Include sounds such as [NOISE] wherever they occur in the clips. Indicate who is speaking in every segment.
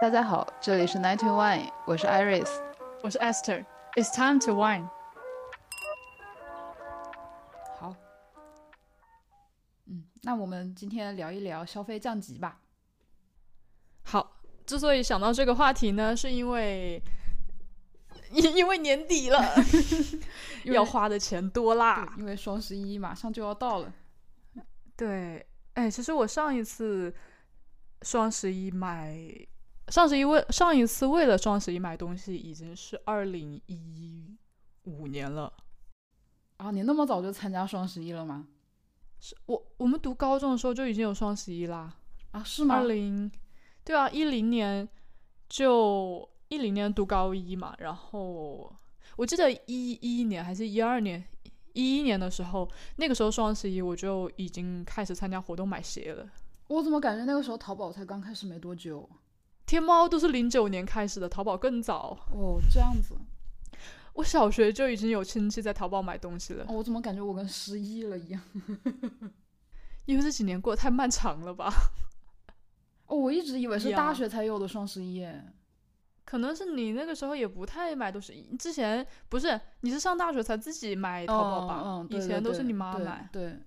Speaker 1: 大家好，这里是 Night Wine，我是 Iris。
Speaker 2: 我是 Esther。It's time to wine。
Speaker 1: 好，嗯，那我们今天聊一聊消费降级吧。
Speaker 2: 好，之所以想到这个话题呢，是因为因因为年底了 [LAUGHS]
Speaker 1: 因为
Speaker 2: 要花的钱多啦。
Speaker 1: 对，因为双十一马上就要到了，
Speaker 2: 对，哎，其实我上一次双十一买，上十一为上一次为了双十一买东西已经是二零一五年了。
Speaker 1: 啊，你那么早就参加双十一了吗？
Speaker 2: 是我我们读高中的时候就已经有双十一啦。
Speaker 1: 啊，是吗
Speaker 2: 二？零，对啊，一零年就一零年读高一嘛，然后我记得一一年还是一二年，一一年的时候，那个时候双十一我就已经开始参加活动买鞋了。
Speaker 1: 我怎么感觉那个时候淘宝才刚开始没多久？
Speaker 2: 天猫都是零九年开始的，淘宝更早。
Speaker 1: 哦，这样子，
Speaker 2: 我小学就已经有亲戚在淘宝买东西了，
Speaker 1: 哦、我怎么感觉我跟失忆了一样？
Speaker 2: 因为这几年过得太漫长了吧？
Speaker 1: 哦，我一直以为是
Speaker 2: 一样
Speaker 1: 大
Speaker 2: 啊
Speaker 1: 学才有的双十一耶。
Speaker 2: 可能是你那个时候也不太买东西，之前不是你是上大学才自己买淘宝吧？
Speaker 1: 嗯嗯，
Speaker 2: 以
Speaker 1: 对
Speaker 2: 前
Speaker 1: 对
Speaker 2: 都是
Speaker 1: 对
Speaker 2: 你妈
Speaker 1: 对
Speaker 2: 买。
Speaker 1: 对，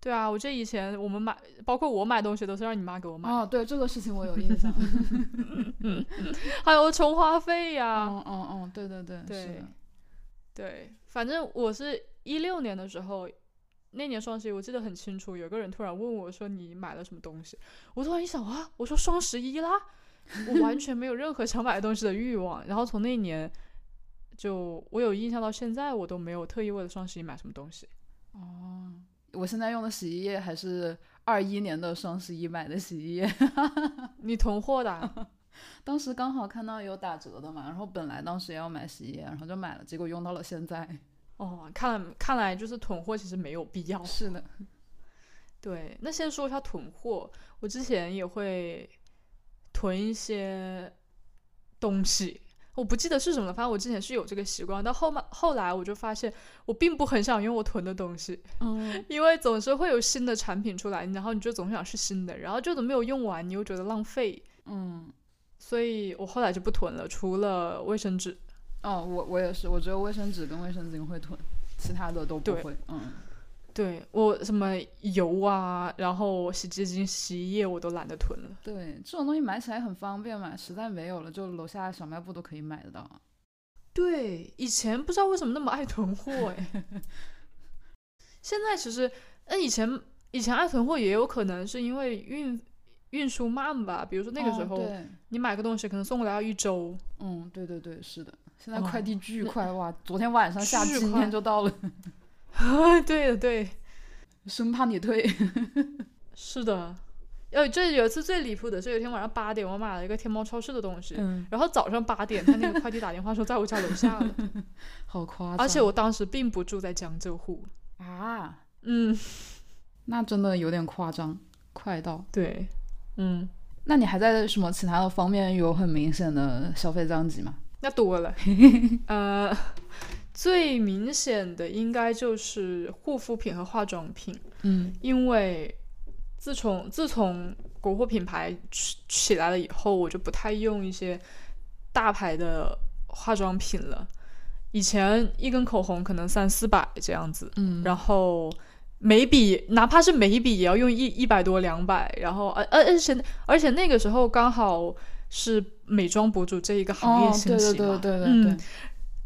Speaker 2: 对啊，我记得以前我们买，包括我买东西都是让你妈给我买，
Speaker 1: 啊，对这个事情我有印象。
Speaker 2: 还有充话费呀、
Speaker 1: [LAUGHS] 嗯嗯嗯，对对对，是
Speaker 2: 对
Speaker 1: 的。
Speaker 2: 对，反正我是一六年的时候，那年双十一我记得很清楚，有个人突然问我说你买了什么东西，我突然一想啊，我说双十一啦，我完全没有任何想买东西的欲望。然后从那年就我有印象到现在，我都没有特意为了双十一买什么东西。
Speaker 1: 哦，我现在用的洗衣液还是二一年的双十一买的洗衣液， [LAUGHS]
Speaker 2: 你囤货的啊、
Speaker 1: 当时刚好看到有打折的嘛，然后本来当时也要买洗衣液，然后就买了，结果用到了现在。 [LAUGHS]
Speaker 2: 哦，看来看来就是囤货其实没有必要。
Speaker 1: 是的，
Speaker 2: 对，那先说一下囤货，我之前也会囤一些东西，我不记得是什么了，反正我之前是有这个习惯，但后面后来我就发现我并不很想用我囤的东西，
Speaker 1: 嗯，
Speaker 2: 因为总是会有新的产品出来，然后你就总想试新的，然后就都没有用完，你又觉得浪费，
Speaker 1: [LAUGHS] 嗯，
Speaker 2: 所以我后来就不囤了，除了卫生纸。
Speaker 1: 哦，我我也是，我只有卫生纸跟卫生巾会囤，其他的都不
Speaker 2: 对
Speaker 1: 会。嗯，
Speaker 2: 对我什么油啊，然后洗洁精、洗衣液我都懒得囤了。
Speaker 1: 对，这种东西买起来很方便嘛，实在没有了就楼下小卖部都可以买得到。
Speaker 2: 对，以前不知道为什么那么爱囤货
Speaker 1: [LAUGHS]
Speaker 2: 哎，现在其实，那以前以前爱囤货也有可能是因为运运输慢吧，比如说那个时
Speaker 1: 哦
Speaker 2: 候、
Speaker 1: 对，
Speaker 2: 你买个东西可能送过来要一
Speaker 1: [LAUGHS]
Speaker 2: 周，
Speaker 1: 嗯，对对对，是的。现在
Speaker 2: 哦
Speaker 1: 快递巨快、哇！昨天晚上下，
Speaker 2: 巨
Speaker 1: 今
Speaker 2: 快
Speaker 1: 天就到了，
Speaker 2: 对的对，
Speaker 1: 生怕你退。 [LAUGHS]
Speaker 2: 是的。呃，这有一次最离谱的是，有一天晚上八点，我买了一个天猫超市的东西，
Speaker 1: 嗯，
Speaker 2: 然后早上八点他那个快递打电话说在我家楼下了，
Speaker 1: [LAUGHS] 好夸张。
Speaker 2: 而且我当时并不住在江浙沪，
Speaker 1: 啊，
Speaker 2: 嗯，
Speaker 1: 那真的有点夸张，快到。
Speaker 2: 对，嗯，
Speaker 1: 那你还在什么其他的方面有很明显的消费降级吗？
Speaker 2: 那多了， [LAUGHS] 呃，最明显的应该就是护肤品和化妆品，
Speaker 1: 嗯
Speaker 2: 因为自从自从国货品牌起起来了以后，我就不太用一些大牌的化妆品了。以前一根口红可能三四百这样子，
Speaker 1: 嗯，
Speaker 2: 然后眉笔，哪怕是眉笔也要用一一百多两百，然后而而而且而且那个时候刚好是美妆博主这一个行业
Speaker 1: 哦，对
Speaker 2: 兴
Speaker 1: 对
Speaker 2: 起
Speaker 1: 对
Speaker 2: 嘛，
Speaker 1: 对对
Speaker 2: 嗯
Speaker 1: 对，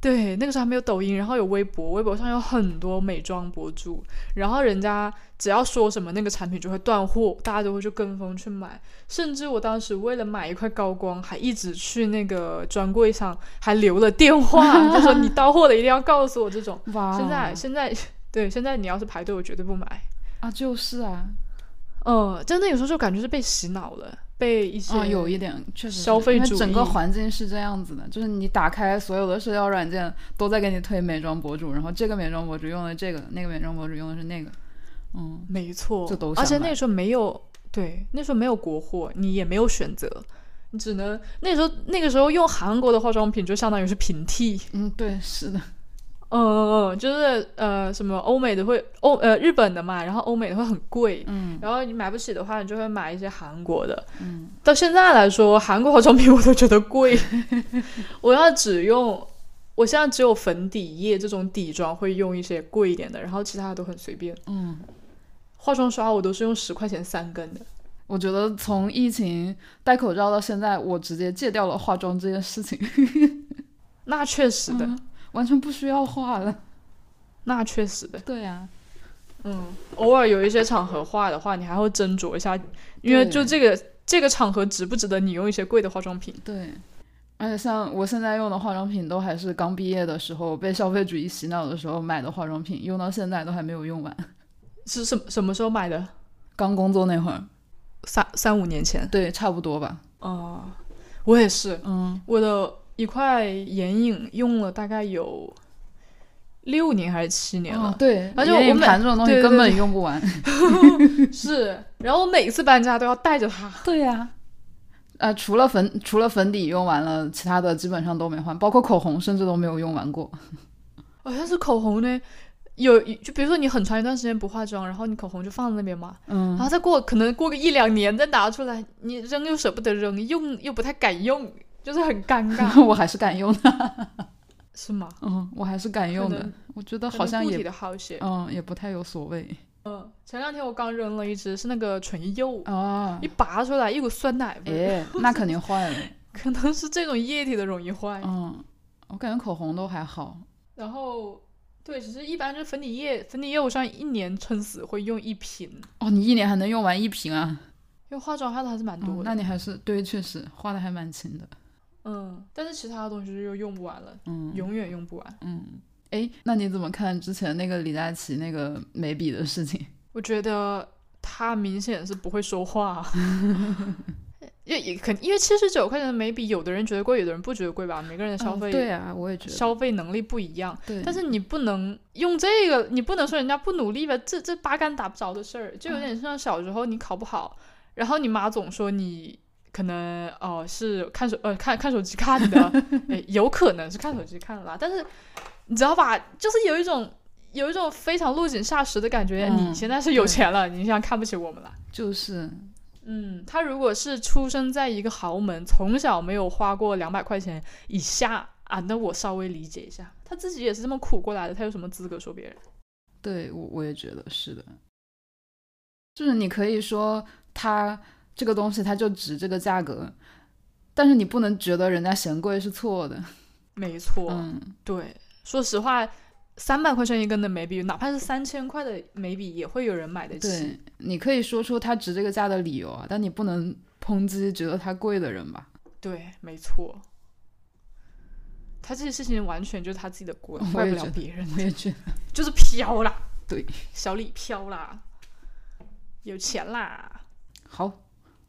Speaker 2: 对，那个时候还没有抖音，然后有微博，微博上有很多美妆博主，然后人家只要说什么那个产品就会断货，大家都会去跟风去买。甚至我当时为了买一块高光，还一直去那个专柜上还留了电话，
Speaker 1: [LAUGHS]
Speaker 2: 就说你到货了一定要告诉我这种。
Speaker 1: 哇，哦
Speaker 2: 现在现在对现在你要是排队，我绝对不买。
Speaker 1: 啊，就是啊，
Speaker 2: 嗯，真的有时候就感觉是被洗脑了，被一些、
Speaker 1: 嗯，有一点确实是
Speaker 2: 消费
Speaker 1: 因为
Speaker 2: 主
Speaker 1: 整个
Speaker 2: 义
Speaker 1: 环境是这样子的，就是你打开所有的社交软件都在给你推美妆博主，然后这个美妆博主用的这个，那个美妆博主用的是那个，嗯，
Speaker 2: 没错，
Speaker 1: 这都
Speaker 2: 而且
Speaker 1: 想买
Speaker 2: 那时候没有对，那时候没有国货，你也没有选择，你只
Speaker 1: [LAUGHS]
Speaker 2: 能那时候那个时候用韩国的化妆品就相当于是平替
Speaker 1: 嗯，对，是的，
Speaker 2: 嗯嗯，就是呃什么欧美的会欧呃日本的嘛，然后欧美的会很贵，
Speaker 1: 嗯
Speaker 2: 然后你买不起的话，你就会买一些韩国的。
Speaker 1: 嗯
Speaker 2: 到现在来说，韩国化妆品我都觉得贵， [LAUGHS] 我要只用，我现在只有粉底液这种底妆会用一些贵一点的，然后其他的都很随便。
Speaker 1: 嗯，
Speaker 2: 化妆刷我都是用十块钱三根的，
Speaker 1: 我觉得从疫情戴口罩到现在，我直接戒掉了化妆这件事情，
Speaker 2: 那确实的，
Speaker 1: 嗯完全不需要化了。
Speaker 2: 那确实的。
Speaker 1: 对呀、
Speaker 2: 嗯，偶尔有一些场合化的话，你还会斟酌一下，因为
Speaker 1: 对
Speaker 2: 就这个这个场合值不值得你用一些贵的化妆品。
Speaker 1: 对，而且像我现在用的化妆品，都还是刚毕业的时候被消费主义洗脑的时候买的化妆品，用到现在都还没有用完。 [LAUGHS]
Speaker 2: 是什么什么时候买的？
Speaker 1: 刚工作那会儿，
Speaker 2: 三三五年前。
Speaker 1: 对，差不多吧。
Speaker 2: 哦、我也是，
Speaker 1: 嗯
Speaker 2: 我的一块眼影用了大概有六年还是七年
Speaker 1: 嗯，
Speaker 2: 了，
Speaker 1: 对，
Speaker 2: 而且我
Speaker 1: 眼影
Speaker 2: 每
Speaker 1: 盘这种东西
Speaker 2: 对对
Speaker 1: 根本
Speaker 2: 对
Speaker 1: 用不完。
Speaker 2: 是。然后我每次搬家都要带着它，
Speaker 1: [LAUGHS] 对呀、啊。除了粉除了粉底用完了，其他的基本上都没换，包括口红甚至都没有用完过。
Speaker 2: 好、像是口红呢。有就比如说你很长一段时间不化妆，然后你口红就放在那边嘛，
Speaker 1: 嗯
Speaker 2: 然，后再过可能过个一两年再拿出来，你扔又舍不得扔，用又不太敢用，就是很尴
Speaker 1: [LAUGHS]
Speaker 2: 尬，
Speaker 1: 我还是敢用的， [LAUGHS]
Speaker 2: 是吗？
Speaker 1: 嗯， [LAUGHS] 我还是敢用
Speaker 2: 可
Speaker 1: 的
Speaker 2: 能。
Speaker 1: 我觉得
Speaker 2: 可
Speaker 1: 好
Speaker 2: 能
Speaker 1: 像
Speaker 2: 固体
Speaker 1: 也，
Speaker 2: 的好一些。
Speaker 1: 嗯，也不太有所谓
Speaker 2: 嗯，前两天我刚扔了一只，是那个唇釉，
Speaker 1: 啊
Speaker 2: 一。拔出来一股酸奶味儿，
Speaker 1: 哎，那肯定坏了。
Speaker 2: 可能是这种液体的容易坏。
Speaker 1: 嗯，我感觉口红都还好。
Speaker 2: 然后，对，只是一般就是粉底液，粉底液我上一年撑死会用一瓶，
Speaker 1: 哦，你一年还能用完一瓶啊？
Speaker 2: 因为化妆化的还是蛮
Speaker 1: 嗯
Speaker 2: 多
Speaker 1: 那
Speaker 2: 的。
Speaker 1: 你还是对，确实画的还蛮勤的。
Speaker 2: 嗯，但是其他的东西又用不完了，
Speaker 1: 嗯，
Speaker 2: 永远用不完。
Speaker 1: 嗯，哎，那你怎么看之前那个李佳琦那个眉笔的事情？
Speaker 2: 我觉得他明显是不会说话。也也肯，因为七十九块钱的眉笔，有的人觉得贵，有的人不觉得贵吧。每个人的消费、
Speaker 1: 对啊，我也觉得。
Speaker 2: 消费能力不一样，
Speaker 1: 对，
Speaker 2: 但是你不能用这个，你不能说人家不努力吧，这这八竿打不着的事儿，就有点像小时候你考不好，然后你妈总说你可能哦、是看手呃看看手机看的，诶有可能是看手机看了啦，但是你知道吧，就是有一种有一种非常落井下石的感觉，
Speaker 1: 嗯
Speaker 2: 你现在是有
Speaker 1: 对
Speaker 2: 钱了，你现在看不起我们了。
Speaker 1: 就是
Speaker 2: 嗯，他如果是出生在一个豪门，从小没有花过两百块钱以下啊，那我稍微理解一下，他自己也是这么苦过来的，他有什么资格说别人？
Speaker 1: 对我我也觉得是的，就是你可以说它这个东西它就值这个价格，但是你不能觉得人家嫌贵是错的。
Speaker 2: 没错，
Speaker 1: 嗯，
Speaker 2: 对，说实话，三百块钱一根的眉笔，哪怕是三千块的眉笔，也会有人买得起。
Speaker 1: 对，你可以说出它值这个价的理由啊，但你不能抨击觉得它贵的人吧？ [LAUGHS]
Speaker 2: 对，没错。他这些事情完全就是他自己的
Speaker 1: [LAUGHS]
Speaker 2: 锅，
Speaker 1: 我
Speaker 2: 怪
Speaker 1: 也
Speaker 2: 不了
Speaker 1: 觉得
Speaker 2: 别人，
Speaker 1: 我也觉得，
Speaker 2: 就是飘啦。
Speaker 1: 对，
Speaker 2: 小李
Speaker 1: [LAUGHS]
Speaker 2: 飘啦，有钱啦。
Speaker 1: 好，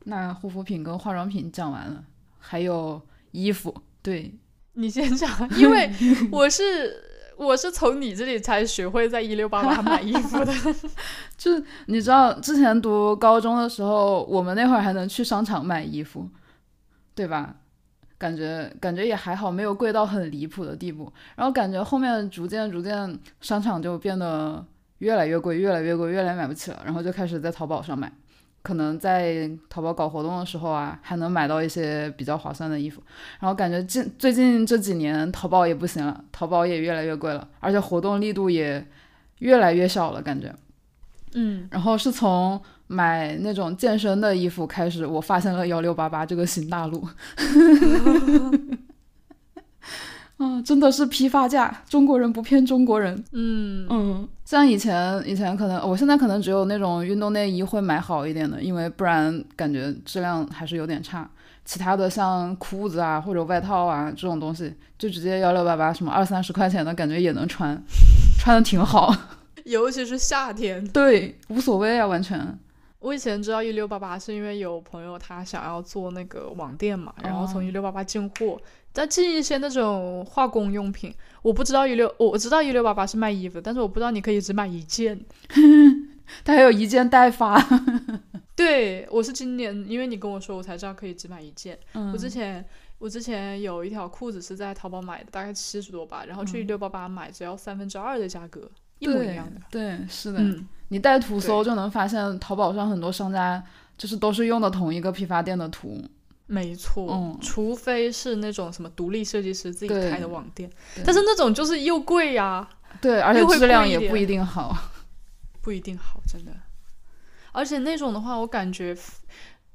Speaker 1: 那护肤品跟化妆品讲完了，还有衣服，对，
Speaker 2: 你先讲，因为我是我是从你这里才学会在一六八八买衣服的。
Speaker 1: 就你知道之前读高中的时候，我们那会儿还能去商场买衣服，对吧？感觉感觉也还好，没有贵到很离谱的地步。然后感觉后面逐渐逐渐，商场就变得越来越贵，越来越贵，越来越买不起了。然后就开始在淘宝上买，可能在淘宝搞活动的时候啊，还能买到一些比较划算的衣服。然后感觉近最近这几年淘宝也不行了，淘宝也越来越贵了，而且活动力度也越来越小了，感觉。
Speaker 2: 嗯，
Speaker 1: 然后是从买那种健身的衣服开始，我发现了幺六八八这个新大陆。 [LAUGHS] 嗯，真的是批发价，中国人不骗中国人。
Speaker 2: [LAUGHS] 嗯，
Speaker 1: 嗯，像以前以前可能，我现在可能只有那种运动内衣会买好一点的，因为不然感觉质量还是有点差。其他的像裤子啊或者外套啊这种东西，就直接幺六八八什么二三十块钱的感觉也能穿，穿的挺好。 [LAUGHS]
Speaker 2: 尤其是夏天。
Speaker 1: 对，无所谓啊，完全。
Speaker 2: 我以前知道一六八八是因为有朋友他想要做那个网店嘛，然后
Speaker 1: 哦
Speaker 2: 从一六八八进货，再进一些那种化工用品。我不知道一六，我我知道一六八八是卖衣服的，但是我不知道你可以只买一件。
Speaker 1: 它还有一件代发。
Speaker 2: 对，我是今年，因为你跟我说，我才知道可以只买一件。
Speaker 1: 嗯
Speaker 2: 我之前我之前有一条裤子是在淘宝买的，大概七十多吧，然后去
Speaker 1: 嗯
Speaker 2: 六八八买，只要三分之二的价格，一模一样的。
Speaker 1: 对，对是的，
Speaker 2: 嗯，
Speaker 1: 你带图搜
Speaker 2: 对
Speaker 1: 就能发现，淘宝上很多商家就是都是用的同一个批发店的图。
Speaker 2: 没错，
Speaker 1: 嗯
Speaker 2: 除非是那种什么独立设计师自己
Speaker 1: 对
Speaker 2: 开的网店，
Speaker 1: 对
Speaker 2: 但是那种就是又贵呀、
Speaker 1: 对，而且
Speaker 2: 又会
Speaker 1: 质量
Speaker 2: 贵一
Speaker 1: 也
Speaker 2: 点
Speaker 1: 不一定好。
Speaker 2: 不一定好，真的。而且那种的话，我感觉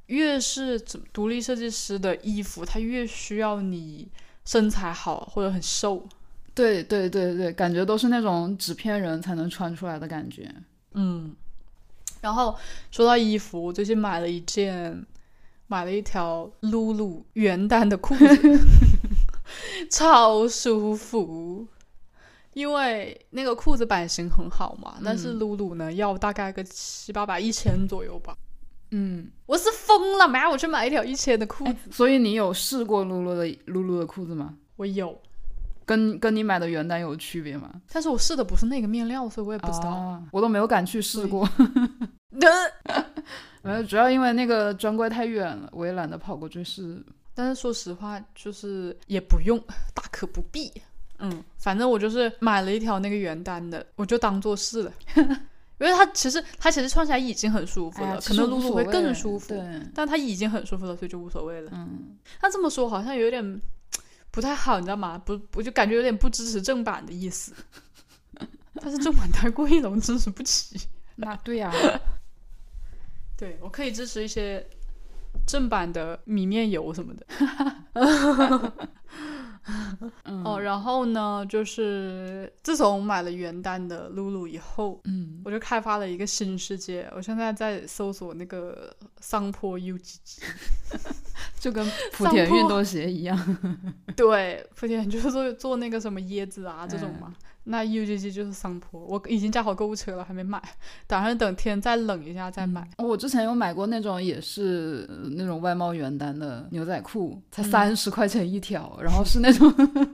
Speaker 2: 越是怎独立设计师的衣服，它越需要你身材好或者很瘦。
Speaker 1: 对对对对，感觉都是那种纸片人才能穿出来的感觉。
Speaker 2: 嗯。然后说到衣服，我最近买了一件，买了一条露露元旦的裤子， [LAUGHS] 超舒服。因为那个裤子版型很好嘛，但是
Speaker 1: 嗯
Speaker 2: 露露呢要大概个七八百、一千左右吧。
Speaker 1: 嗯，
Speaker 2: 我是疯了，妈！我去买一条一千的裤
Speaker 1: 哎
Speaker 2: 子，，
Speaker 1: 所以你有试过露露的露露的裤子吗？
Speaker 2: 我有，
Speaker 1: 跟跟你买的原单有区别吗？
Speaker 2: 但是我试的不是那个面料，所以我也不知 [LAUGHS] 道。
Speaker 1: 啊我都没有敢去试过。
Speaker 2: 但
Speaker 1: 没有，主要因为那个专柜太远了，我也懒得跑过去试。
Speaker 2: 但是说实话，就是也不用，大可不必。嗯，反正我就是买了一条那个原单的，我就当做试了， [LAUGHS] 因为它其实它其实穿起来已经很舒服
Speaker 1: 哎呀
Speaker 2: 了，可
Speaker 1: 其实
Speaker 2: 能
Speaker 1: 无
Speaker 2: 露露
Speaker 1: 所
Speaker 2: 会
Speaker 1: 谓
Speaker 2: 更舒服，
Speaker 1: 对，
Speaker 2: 但它已经很舒服了，所以就无所谓了。
Speaker 1: 嗯，
Speaker 2: 那这么说好像有点不太好，你知道吗？不，我就感觉有点不支持正版的意思。 [LAUGHS] 但是正版太贵了，我支持不起。
Speaker 1: [LAUGHS] 那对
Speaker 2: [LAUGHS]
Speaker 1: 呀、
Speaker 2: 对，我可以支持一些正版的米面油什么的。
Speaker 1: 嗯，
Speaker 2: 哦，然后呢，就是自从买了原单的露露以后，
Speaker 1: 嗯，
Speaker 2: 我就开发了一个新世界。我现在在搜索那个桑坡 U G G，
Speaker 1: 就跟莆
Speaker 2: 上
Speaker 1: 田
Speaker 2: 坡
Speaker 1: 运动鞋一样。
Speaker 2: 对，莆田就是做做那个什么椰子啊这种嘛。那 U G G 就是桑坡，我已经加好购物车了，还没买，打算等天再冷一下再买。
Speaker 1: 哦我之前有买过那种也是呃那种外贸原单的牛仔裤，才
Speaker 2: 嗯
Speaker 1: 三十块钱一条，然后是那种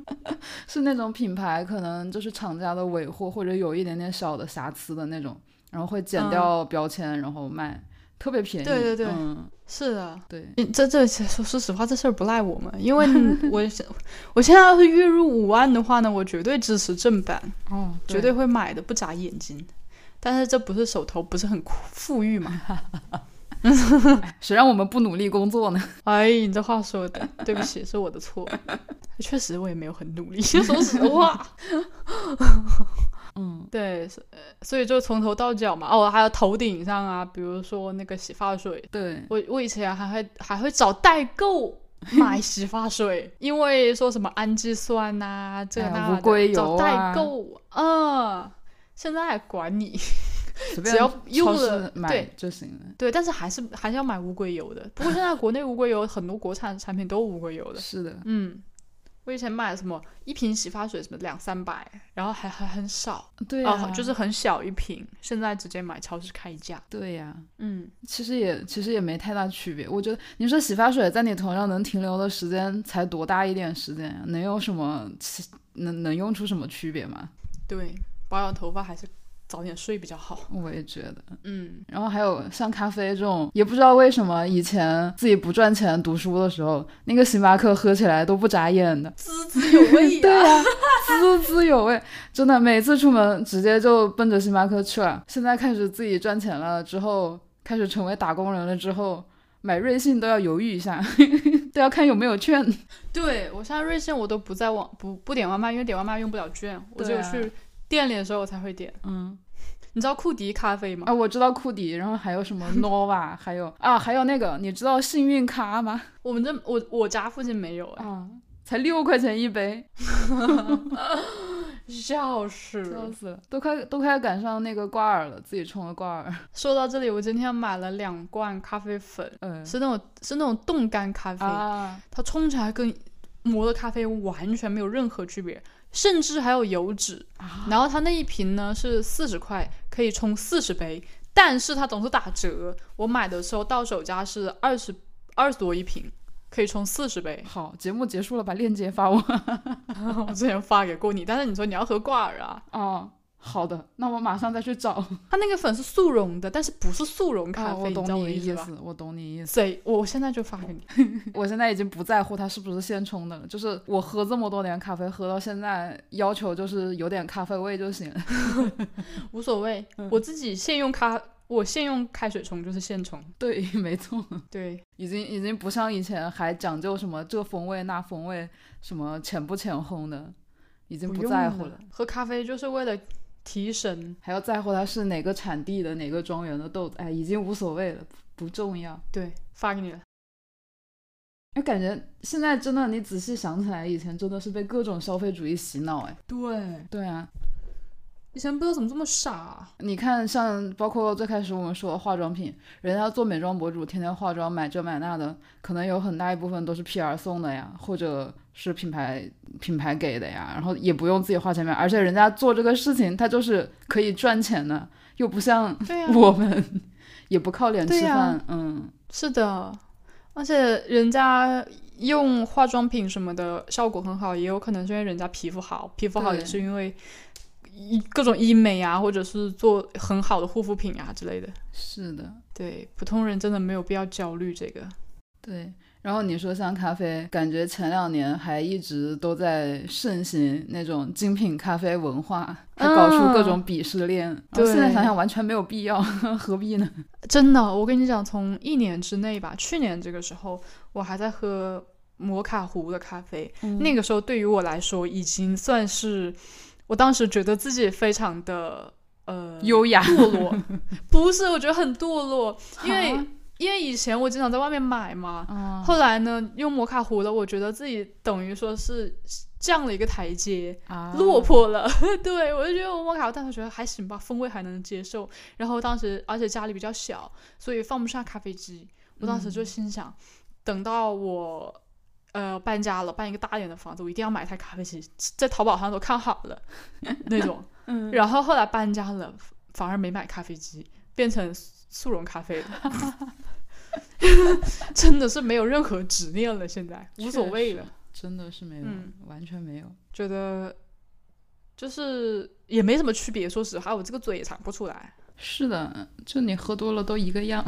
Speaker 1: [LAUGHS] 是那种品牌，可能就是厂家的尾货或者有一点点小的瑕疵的那种，然后会剪
Speaker 2: 嗯
Speaker 1: 掉标签，然后卖，特别便宜。
Speaker 2: 对对对
Speaker 1: 嗯，
Speaker 2: 是的，
Speaker 1: 对，
Speaker 2: 嗯这这说说实话，这事儿不赖我们，因 [LAUGHS] 为我是我现在要是月入五万的话呢，我绝对支持正版，
Speaker 1: 哦，
Speaker 2: 绝对会买的，不眨眼睛。但是这不是手头不是很富富裕 [LAUGHS] 嘛？
Speaker 1: 谁让我们不努力工作呢？ [LAUGHS]
Speaker 2: 哎，你这话说的，对不起，是我的错。 [LAUGHS] 确实我也没有很努力， [LAUGHS] 说实话。
Speaker 1: 嗯，
Speaker 2: 对，所呃所以就从头到脚嘛。哦，还有头顶上啊，比如说那个洗发水，
Speaker 1: 对，
Speaker 2: 我我以前还会还会找代
Speaker 1: [LAUGHS]
Speaker 2: 购买洗发水，因为说什么氨基酸呐、这
Speaker 1: 哎呀
Speaker 2: 那的，
Speaker 1: 无硅油
Speaker 2: 找
Speaker 1: 啊
Speaker 2: 代购，嗯，现在还管你 [LAUGHS]
Speaker 1: 随
Speaker 2: 只
Speaker 1: 便
Speaker 2: 要用
Speaker 1: 超
Speaker 2: 了
Speaker 1: 市买
Speaker 2: 对
Speaker 1: 就行了。
Speaker 2: 对，但是还是还是要买无硅油的。不过现在国内无硅油很多国产产品都无硅
Speaker 1: [LAUGHS]
Speaker 2: 油的，
Speaker 1: 是的，
Speaker 2: 嗯。我以前买什么一瓶洗发水什么两三百，然后还还很少，
Speaker 1: 对呀、
Speaker 2: 啊就是很小一瓶。现在直接买超市开价，
Speaker 1: 对呀、
Speaker 2: 嗯，
Speaker 1: 其实也其实也没太大区别。我觉得你说洗发水在你头上能停留的时间才多大一点时间呀、能有什么其能能用出什么区别吗？
Speaker 2: 对，保养头发还是早点睡比较好，
Speaker 1: 我也觉得。
Speaker 2: 嗯，，
Speaker 1: 然后还有像咖啡这种，也不知道为什么以前自己不赚钱读书的时候，那个星巴克喝起来都不眨眼的
Speaker 2: [LAUGHS] 滋滋有味
Speaker 1: [LAUGHS]
Speaker 2: 啊
Speaker 1: 对啊呀、滋滋有味，真的每次出门直接就奔着星巴克去了。现在开始自己赚钱了之后，开始成为打工人了之后，买瑞幸都要犹豫一下， [LAUGHS] 都要看有没有券。
Speaker 2: 对我现在瑞幸我都不在网不不点外卖，因为点外卖用不了券，我只
Speaker 1: 对
Speaker 2: 有
Speaker 1: 啊
Speaker 2: 去店里的时候我才会点。
Speaker 1: 嗯，
Speaker 2: 你知道库迪咖啡吗？
Speaker 1: 啊，我知道库迪，然后还有什么 Nova，还有啊，还有那个，你知道幸运咖吗？
Speaker 2: 我们这我我家附近没有哎，
Speaker 1: 啊，才六块钱一杯，
Speaker 2: 笑死
Speaker 1: 笑
Speaker 2: 了！
Speaker 1: 死了，都快都快赶上那个挂耳了，自己冲了挂耳。
Speaker 2: 说到这里，我今天买了两罐咖啡粉，
Speaker 1: 嗯
Speaker 2: 是那种是那种冻干咖啡，
Speaker 1: 啊，。
Speaker 2: 它冲起来跟磨的咖啡完全没有任何区别，甚至还有油脂。然后它那一瓶呢是四十块，可以冲四十杯，但是它总是打折。我买的时候到手价是二十二十多一瓶，可以冲四十杯
Speaker 1: [LAUGHS] 好，节目结束了，把链接发我。
Speaker 2: 我之前发给过你，但是你说你要喝挂耳啊，
Speaker 1: 哦，好的，那我马上再去找。
Speaker 2: 它那个粉是速溶的，但是不是速溶 [LAUGHS] 咖
Speaker 1: 啊，
Speaker 2: 啡，
Speaker 1: 我
Speaker 2: 你
Speaker 1: 懂
Speaker 2: 知道
Speaker 1: 你
Speaker 2: 我
Speaker 1: 的
Speaker 2: 的
Speaker 1: 意
Speaker 2: 吧？
Speaker 1: 思，我嗯懂你意
Speaker 2: [LAUGHS]
Speaker 1: 思。
Speaker 2: 所以我现在就发给你。
Speaker 1: 我现在已经不在乎它是不是现冲的了，就是我喝这么多年咖啡，喝到现在要求就是有点咖啡味就行。
Speaker 2: 无所谓，
Speaker 1: 嗯
Speaker 2: 我自己现用咖，我现用开水冲就是现冲。
Speaker 1: [LAUGHS] 对，没错，
Speaker 2: 对，
Speaker 1: 已经已经不像以前还讲究什么这风味那风味，什么浅不浅烘的，已经不
Speaker 2: 用
Speaker 1: 在乎
Speaker 2: 了
Speaker 1: 了，。
Speaker 2: 喝咖啡就是为了提神。
Speaker 1: 还要在乎它是哪个产地的、哪个庄园的豆子，哎，已经无所谓了，不不重要。
Speaker 2: 对，发给你了。
Speaker 1: 哎，感觉现在真的，你仔细想起来，以前真的是被各种消费主义洗脑，哎，
Speaker 2: 对，
Speaker 1: 对啊，
Speaker 2: 以前不知道怎么这么傻啊、
Speaker 1: 你看，像包括最开始我们说化妆品，人家做美妆博主，天天化妆，买这买那的，可能有很大一部分都是 PR 送的呀，或者是品牌品牌给的呀，然后也不用自己花钱买，而且人家做这个事情，他就是可以赚钱的，又不像
Speaker 2: [LAUGHS] 对呀、
Speaker 1: 我们， [LAUGHS] 也不靠脸
Speaker 2: 对
Speaker 1: 吃
Speaker 2: 呀
Speaker 1: 饭，嗯，
Speaker 2: 是的，而且人家用化妆品什么的效果很好，也有可能是因为人家皮肤好，皮肤好也
Speaker 1: 对
Speaker 2: 是因为医各种医美啊，或者是做很好的护肤品啊之类的。
Speaker 1: 是的，
Speaker 2: 对，普通人真的没有必要焦虑这个。
Speaker 1: 对，然后你说像咖啡，感觉前两年还一直都在盛行那种精品咖啡文化，还搞出各种鄙视链。然后现在
Speaker 2: 嗯对
Speaker 1: 想想完全没有必要， [LAUGHS] 何必呢？
Speaker 2: 真的，我跟你讲，从一年之内吧，去年这个时候，我还在喝摩卡壶的咖啡，那个时候对于我来说已经算是，我当时觉得自己非常的呃
Speaker 1: 优雅，
Speaker 2: 堕落， [LAUGHS] 不是，我觉得很堕落，因为
Speaker 1: 啊
Speaker 2: 因为以前我经常在外面买嘛，
Speaker 1: 啊
Speaker 2: 后来呢用摩卡壶了，我觉得自己等于说是降了一个台阶，
Speaker 1: [LAUGHS] 啊
Speaker 2: 落魄了， [LAUGHS] 对我就觉得我摩卡，但是觉得还行吧，风味还能接受。然后当时而且家里比较小，所以放不上咖啡机。我当时
Speaker 1: 嗯
Speaker 2: 就心想，等到我呃搬家了，搬一个大一点的房子，我一定要买一台咖啡机，在淘宝上都看好了那种。
Speaker 1: 嗯
Speaker 2: 然后后来搬家了，反而没买咖啡机，变成速溶
Speaker 1: [LAUGHS]
Speaker 2: 咖啡了。 [LAUGHS] 真的是没有任何执念了，现在无所
Speaker 1: 确
Speaker 2: 谓
Speaker 1: 实
Speaker 2: 了。
Speaker 1: 真的是没有，
Speaker 2: 嗯
Speaker 1: 完全没有。
Speaker 2: 觉得就是也没什么区别。说实话，我这个嘴也尝不出来。
Speaker 1: 是的，就你喝多了都一个样。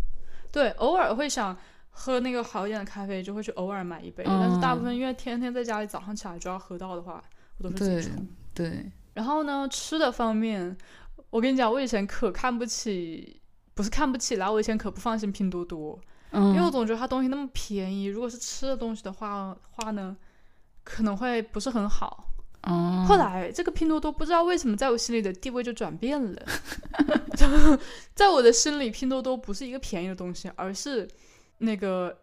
Speaker 1: [LAUGHS]
Speaker 2: 对，偶尔会想喝那个好一点的咖啡，就会去偶尔买一杯。
Speaker 1: 嗯
Speaker 2: 但是大部分因为天天在家里早上起来就要喝到的话，我都是自己冲。
Speaker 1: 对，
Speaker 2: 然后呢，吃的方面，我跟你讲，我以前可看不起。不是看不起啦，我以前可不放心拼多多，因为
Speaker 1: 嗯，
Speaker 2: 我总觉得它东西那么便宜，如果是吃的东西的话话呢，可能会不是很好。
Speaker 1: 嗯
Speaker 2: 后来这个拼多多不知道为什么在我心里的地位就转变了， [LAUGHS] 在我的心里，拼多多不是一个便宜的东西，而是那个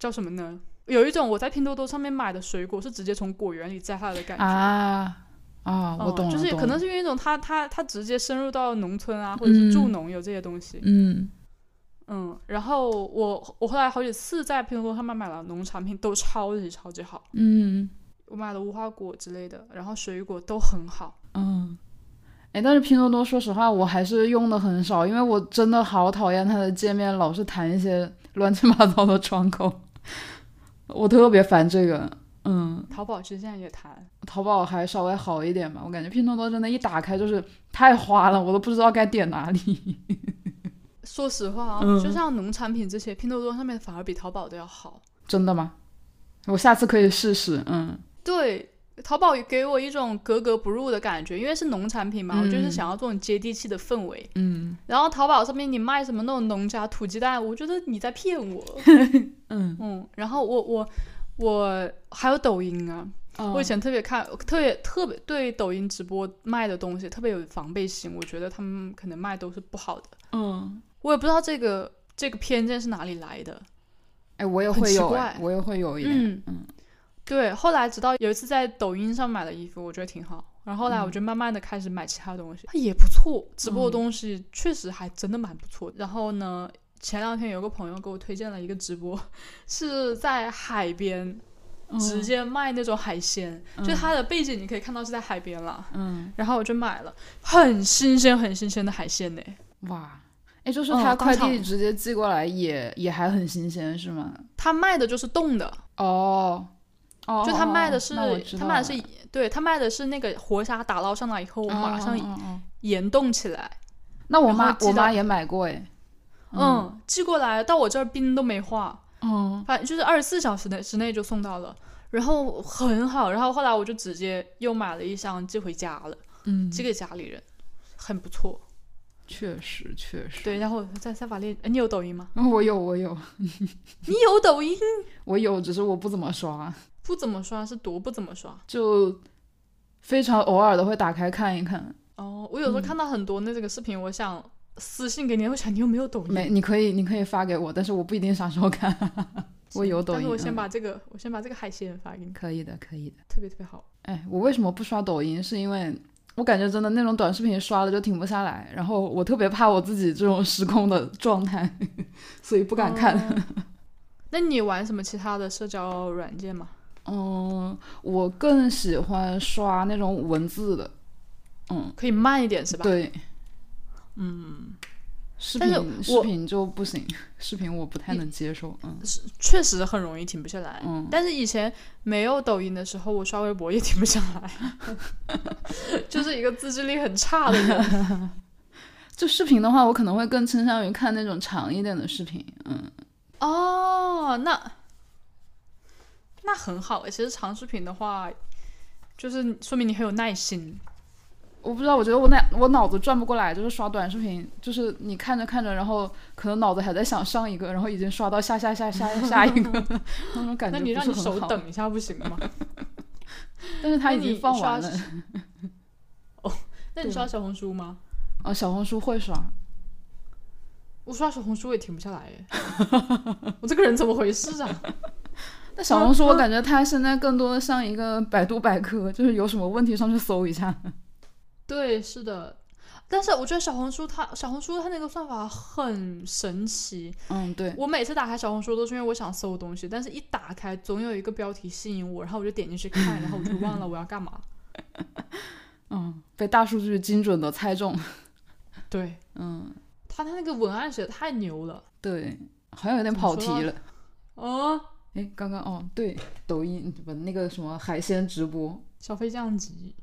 Speaker 2: 叫什么呢？有一种我在拼多多上面买的水果是直接从果园里摘下来的感觉。
Speaker 1: 啊啊，我
Speaker 2: 嗯
Speaker 1: 懂了，
Speaker 2: 就是
Speaker 1: 懂
Speaker 2: 可能
Speaker 1: 了
Speaker 2: 是因为一种它它它直接深入到农村啊，或者是助
Speaker 1: 嗯
Speaker 2: 农有这些东西，
Speaker 1: 嗯
Speaker 2: 嗯然后我我后来好几次在拼多多上面买了农产品，都超级超级好，
Speaker 1: 嗯。
Speaker 2: 我买了无花果之类的，然后水果都很好，
Speaker 1: 嗯，哎，但是拼多多，说实话，我还是用的很少，因为我真的好讨厌它的界面，老是弹一些 [LAUGHS] 乱七八糟的窗口，我特别烦这个。嗯，
Speaker 2: 淘宝其实现在也谈，
Speaker 1: 淘宝还稍微好一点吧，我感觉拼多多真的，一打开就是太花了，我都不知道该点哪里。
Speaker 2: 说实话啊，
Speaker 1: 嗯
Speaker 2: 就像农产品这些，拼多多上面反而比淘宝都要好。
Speaker 1: 真的吗？我下次可以试试。嗯
Speaker 2: 对，淘宝给我一种格格不入的感觉，因为是农产品嘛，
Speaker 1: 嗯
Speaker 2: 我就是想要这种接地气的氛围。
Speaker 1: 嗯
Speaker 2: 然后淘宝上面你卖什么那种农家土鸡蛋，我觉得你在骗我。
Speaker 1: 嗯，
Speaker 2: 嗯，然后我我我还有抖音啊，
Speaker 1: 嗯
Speaker 2: 我以前特别看，特别特别对抖音直播卖的东西特别有防备心，我觉得他们可能卖都是不好的。
Speaker 1: 嗯，
Speaker 2: 我也不知道这个这个偏见是哪里来的。
Speaker 1: 哎，我也
Speaker 2: 很
Speaker 1: 会
Speaker 2: 奇
Speaker 1: 有诶，
Speaker 2: 怪
Speaker 1: 我也会有一点。
Speaker 2: 嗯
Speaker 1: 嗯
Speaker 2: 对，后来直到有一次在抖音上买的衣服，我觉得挺好。然后后来
Speaker 1: 嗯
Speaker 2: 我就慢慢的开始买其他东西，也不错。直播的东西确实还真的蛮不错的。然后呢，前两天有个朋友给我推荐了一个直播，是在海边
Speaker 1: 嗯
Speaker 2: 直接卖那种海鲜，就它的背景你可以看到是在海边了。
Speaker 1: 嗯，
Speaker 2: 然后我就买了，很新鲜、很新鲜的海鲜呢。
Speaker 1: 哇，哎，就是
Speaker 2: 嗯
Speaker 1: 他
Speaker 2: 当
Speaker 1: 快递
Speaker 2: 场
Speaker 1: 直接寄过来也也还很新鲜是吗？
Speaker 2: 它卖的就是冻的，
Speaker 1: 哦，哦，
Speaker 2: 就他卖的是
Speaker 1: 哦哦那我知
Speaker 2: 他
Speaker 1: 道
Speaker 2: 卖的
Speaker 1: 了
Speaker 2: 是对他卖的是那个活虾打捞上来以后，
Speaker 1: 嗯
Speaker 2: 马上
Speaker 1: 嗯嗯嗯
Speaker 2: 盐冻起来，
Speaker 1: 那我
Speaker 2: 然后
Speaker 1: 妈
Speaker 2: 寄
Speaker 1: 我
Speaker 2: 到
Speaker 1: 妈也买过哎，
Speaker 2: 嗯，寄过来到我这儿冰都没化，
Speaker 1: 嗯
Speaker 2: 反正就是二十四小时内之内就送到了，然后很好，然后后来我就直接又买了一箱寄回家了，
Speaker 1: 嗯，
Speaker 2: 寄给家里人，很不错。
Speaker 1: 确实确实，
Speaker 2: 对，然后在在法列，哎你有抖音吗？
Speaker 1: 嗯，我有我有
Speaker 2: 你有抖音？
Speaker 1: 我有，只是我不怎么刷，
Speaker 2: 不怎么刷，是多不怎么刷。
Speaker 1: 就非常偶尔的会打开看一看。
Speaker 2: 哦，我有
Speaker 1: 嗯
Speaker 2: 时候看到很多那这个视频，我想私信给你，我想你有没有抖音？
Speaker 1: 没，你可以你可以发给我，但是我不一定啥时候看。 [LAUGHS] 我有抖
Speaker 2: 但
Speaker 1: 音，
Speaker 2: 是我先
Speaker 1: 嗯
Speaker 2: 把这个，我先把这个海鲜发给你，
Speaker 1: 可以的可以的。
Speaker 2: 特别特别好。
Speaker 1: 哎，我为什么不刷抖音？是因为我感觉真的那种短视频刷了就停不下来，然后我特别怕我自己这种失控的状态， [LAUGHS] 所以不敢看。
Speaker 2: 哦那你玩什么其他的社交软件吗？
Speaker 1: [LAUGHS] 嗯，我更喜欢刷那种文字的，嗯，
Speaker 2: 可以慢一点是吧？，
Speaker 1: 对，
Speaker 2: 嗯，
Speaker 1: 视
Speaker 2: 但是
Speaker 1: 频
Speaker 2: 我
Speaker 1: 视频就不行，视频我不太能接受，嗯
Speaker 2: 确实很容易停不下来。
Speaker 1: 嗯，
Speaker 2: 但是以前没有抖音的时候，我刷微博也停不下来， [LAUGHS] 就是一个自制力很差
Speaker 1: [LAUGHS]
Speaker 2: 的人。
Speaker 1: 就视频的话，我可能会更倾向于看那种长一点的视频，嗯，
Speaker 2: 哦，那那很好诶。欸其实长视频的话，就是说明你很有耐心。
Speaker 1: 我不知道，我觉得我那我脑子转不过来，就是刷短视频，就是你看着看着，然后可能脑子还在想上一个，然后已经刷到下下下下下一个
Speaker 2: [LAUGHS]
Speaker 1: 那种感觉
Speaker 2: 那
Speaker 1: 不
Speaker 2: 你
Speaker 1: 是很
Speaker 2: 让
Speaker 1: 好，
Speaker 2: 你手等一下不行吗？
Speaker 1: 但是它
Speaker 2: 那
Speaker 1: 已经
Speaker 2: 你
Speaker 1: 放
Speaker 2: 刷哦
Speaker 1: 完了。 [LAUGHS]
Speaker 2: 那你
Speaker 1: 对
Speaker 2: 刷小红书吗？
Speaker 1: 啊，小红书会刷，
Speaker 2: 我刷小红书也停不下来耶， [LAUGHS] 我这个人怎么回事啊？
Speaker 1: 但小红书我感觉它现在更多的像一个百度百科，就是有什么问题上去搜一下。
Speaker 2: 对，是的，但是我觉得小红书它小红书它那个算法很神奇。
Speaker 1: 嗯，对，
Speaker 2: 我每次打开小红书都是因为我想搜东西，但是一打开总有一个标题吸引我，然后我就点进去看，然后我就忘了我要干嘛。
Speaker 1: 嗯，被大数据精准的猜中。
Speaker 2: 对，
Speaker 1: 嗯，
Speaker 2: 它它那个文案写的太牛了。
Speaker 1: 对，好像有点跑题
Speaker 2: 怎么
Speaker 1: 了。
Speaker 2: 哦，
Speaker 1: 哎，刚刚哦，对，抖音不那个什么海鲜直播，
Speaker 2: 小飞降级，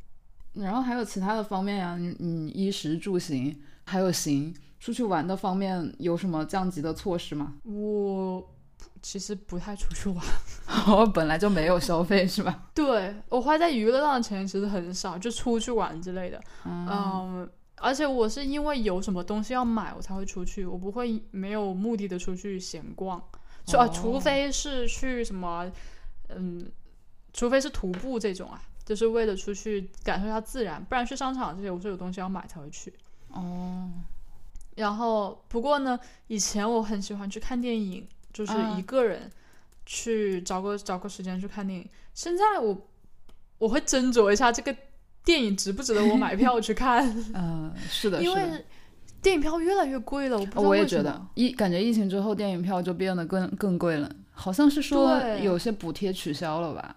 Speaker 1: 然后还有其他的方面呀、你你衣食住行还有行，出去玩的方面有什么降级的措施吗？ [LAUGHS]
Speaker 2: 我不其实不太出去玩。
Speaker 1: 我本来就没有消费是吧？
Speaker 2: 对我花在娱乐上的钱其实很少，就出去玩之类的。
Speaker 1: 啊，
Speaker 2: 嗯，而且我是因为有什么东西要买，我才会出去，我不会没有目的的出去闲逛，除、啊，除
Speaker 1: 哦
Speaker 2: 非是去什么，嗯，除非是徒步这种啊，就是为了出去感受一下自然，不然去商场这些我是有东西要买才会去。
Speaker 1: 哦，
Speaker 2: 然后不过呢，以前我很喜欢去看电影，就是
Speaker 1: 啊
Speaker 2: 一个人去找个找个时间去看电影。现在我我会斟酌一下这个电影值不值得我买票去看。
Speaker 1: 呃， [LAUGHS] 是的，
Speaker 2: 因
Speaker 1: 是的
Speaker 2: 为电影票越来越贵了，我不知道
Speaker 1: 哦我也
Speaker 2: 为什
Speaker 1: 觉
Speaker 2: 么
Speaker 1: 得疫感觉疫情之后电影票就变得更更贵了，好像是说
Speaker 2: 对
Speaker 1: 有些补贴取消了吧？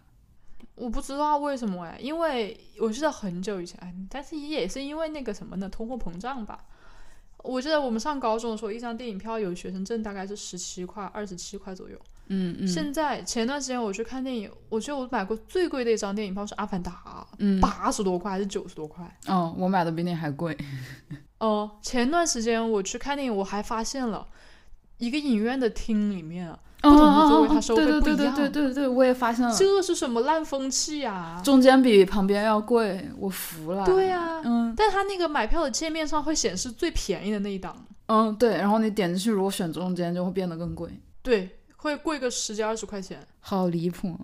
Speaker 2: 我不知道为什么哎，因为我记得很久以前，哎但是也是因为那个什么呢，通货膨胀吧。我记得我们上高中的时候，一张电影票有学生证大概是十七块、二十七块左右。
Speaker 1: 嗯嗯
Speaker 2: 现在前段时间我去看电影，我觉得我买过最贵的一张电影票是《阿凡达
Speaker 1: 嗯》，，
Speaker 2: 八十多块还是九十多块？
Speaker 1: 哦，我买的比你还贵，
Speaker 2: 哦，前段时间我去看电影，我还发现了一个影院的厅里面啊，
Speaker 1: 哦
Speaker 2: 不同
Speaker 1: 哦
Speaker 2: 的座位
Speaker 1: 哦
Speaker 2: 它收
Speaker 1: 对
Speaker 2: 费不
Speaker 1: 对
Speaker 2: 一
Speaker 1: 对
Speaker 2: 样
Speaker 1: 对对对对，我也发现了，
Speaker 2: 这是什么烂风气啊呀、
Speaker 1: 中间比旁边要贵，我服了。
Speaker 2: 对、呀、
Speaker 1: 嗯
Speaker 2: 但它那个买票的界面上会显示最便宜的那一档，
Speaker 1: 嗯对，然后你点进去，如果选中间就会变得更贵，
Speaker 2: 对，会贵个十几二十块钱，
Speaker 1: 好离谱。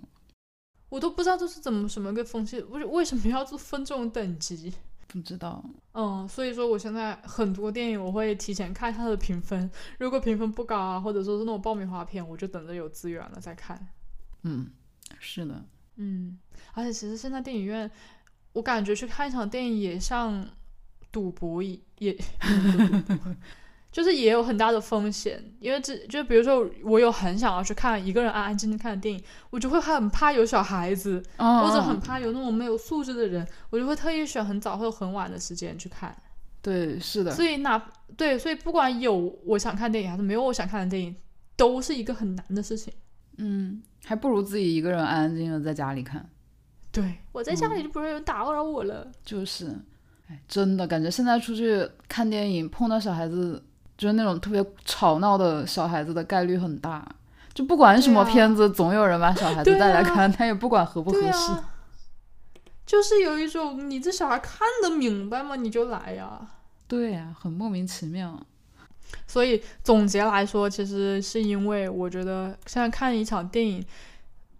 Speaker 2: 我都不知道这是怎么什么个风气，为为什么要做分这种等级？
Speaker 1: 不知道，
Speaker 2: 嗯，所以说我现在很多电影我会提前看它的评分，如果评分不高啊，或者说是那种爆米花片，我就等着有资源了再看。
Speaker 1: 嗯，是的，
Speaker 2: 嗯，而且其实现在电影院，我感觉去看一场电影也像赌博一也 [LAUGHS] 就是也有很大的风险，因为这就比如说我有很想要去看一个人安安静静看的电影，我就会很怕有小孩子，
Speaker 1: 哦，
Speaker 2: 或者很
Speaker 1: 哦
Speaker 2: 怕有那种没有素质的人，我就会特意选很早或者很晚的时间去看。
Speaker 1: 对，是的，
Speaker 2: 所以哪对，所以不管有我想看电影还是没有我想看的电影，都是一个很难的事情。
Speaker 1: 嗯，还不如自己一个人安安静静的在家里看。
Speaker 2: 对，嗯我在家里就不会有人打扰我了。
Speaker 1: 就是，哎，真的感觉现在出去看电影，碰到小孩子，就是那种特别吵闹的小孩子的概率很大。就不管什么
Speaker 2: 对啊
Speaker 1: 片子，总有人把小孩子
Speaker 2: 对
Speaker 1: 带来
Speaker 2: 啊
Speaker 1: 看，他也不管合不合
Speaker 2: 对
Speaker 1: 适。
Speaker 2: 啊，就是有一种你这小孩看得明白吗？你就来呀。
Speaker 1: 对呀、很莫名其妙。
Speaker 2: 所以总结来说，其实是因为我觉得现在看一场电影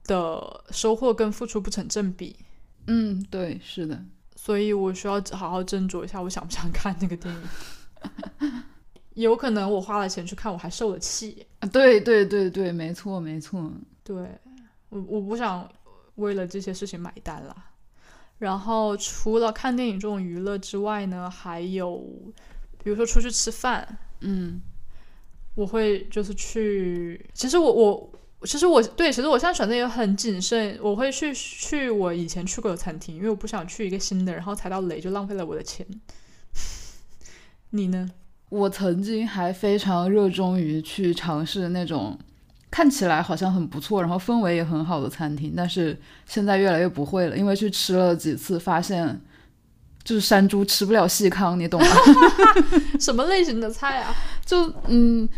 Speaker 2: 的收获跟付出不成正比，
Speaker 1: 嗯，对，是的，
Speaker 2: 所以我需要好好斟酌一下，我想不想看那个电影。 [LAUGHS] 有可能我花了钱去看，我还受了气。
Speaker 1: 啊对对对对，没错没错。
Speaker 2: 对，我我不想为了这些事情买单啦。然后除了看电影这种娱乐之外呢，还有比如说出去吃饭，
Speaker 1: 嗯
Speaker 2: 我会就是去，其实我我。其实我对，其实我现在选择也很谨慎，我会去去我以前去过的餐厅，因为我不想去一个新的，然后踩到雷就浪费了我的钱。 [LAUGHS] 你呢？
Speaker 1: 我曾经还非常热衷于去尝试那种看起来好像很不错，然后氛围也很好的餐厅，但是现在越来越不会了，因为去吃了几次，发现就是山猪吃不了细糠，你懂吗？ [LAUGHS]
Speaker 2: 什么类型的菜啊？
Speaker 1: 就嗯，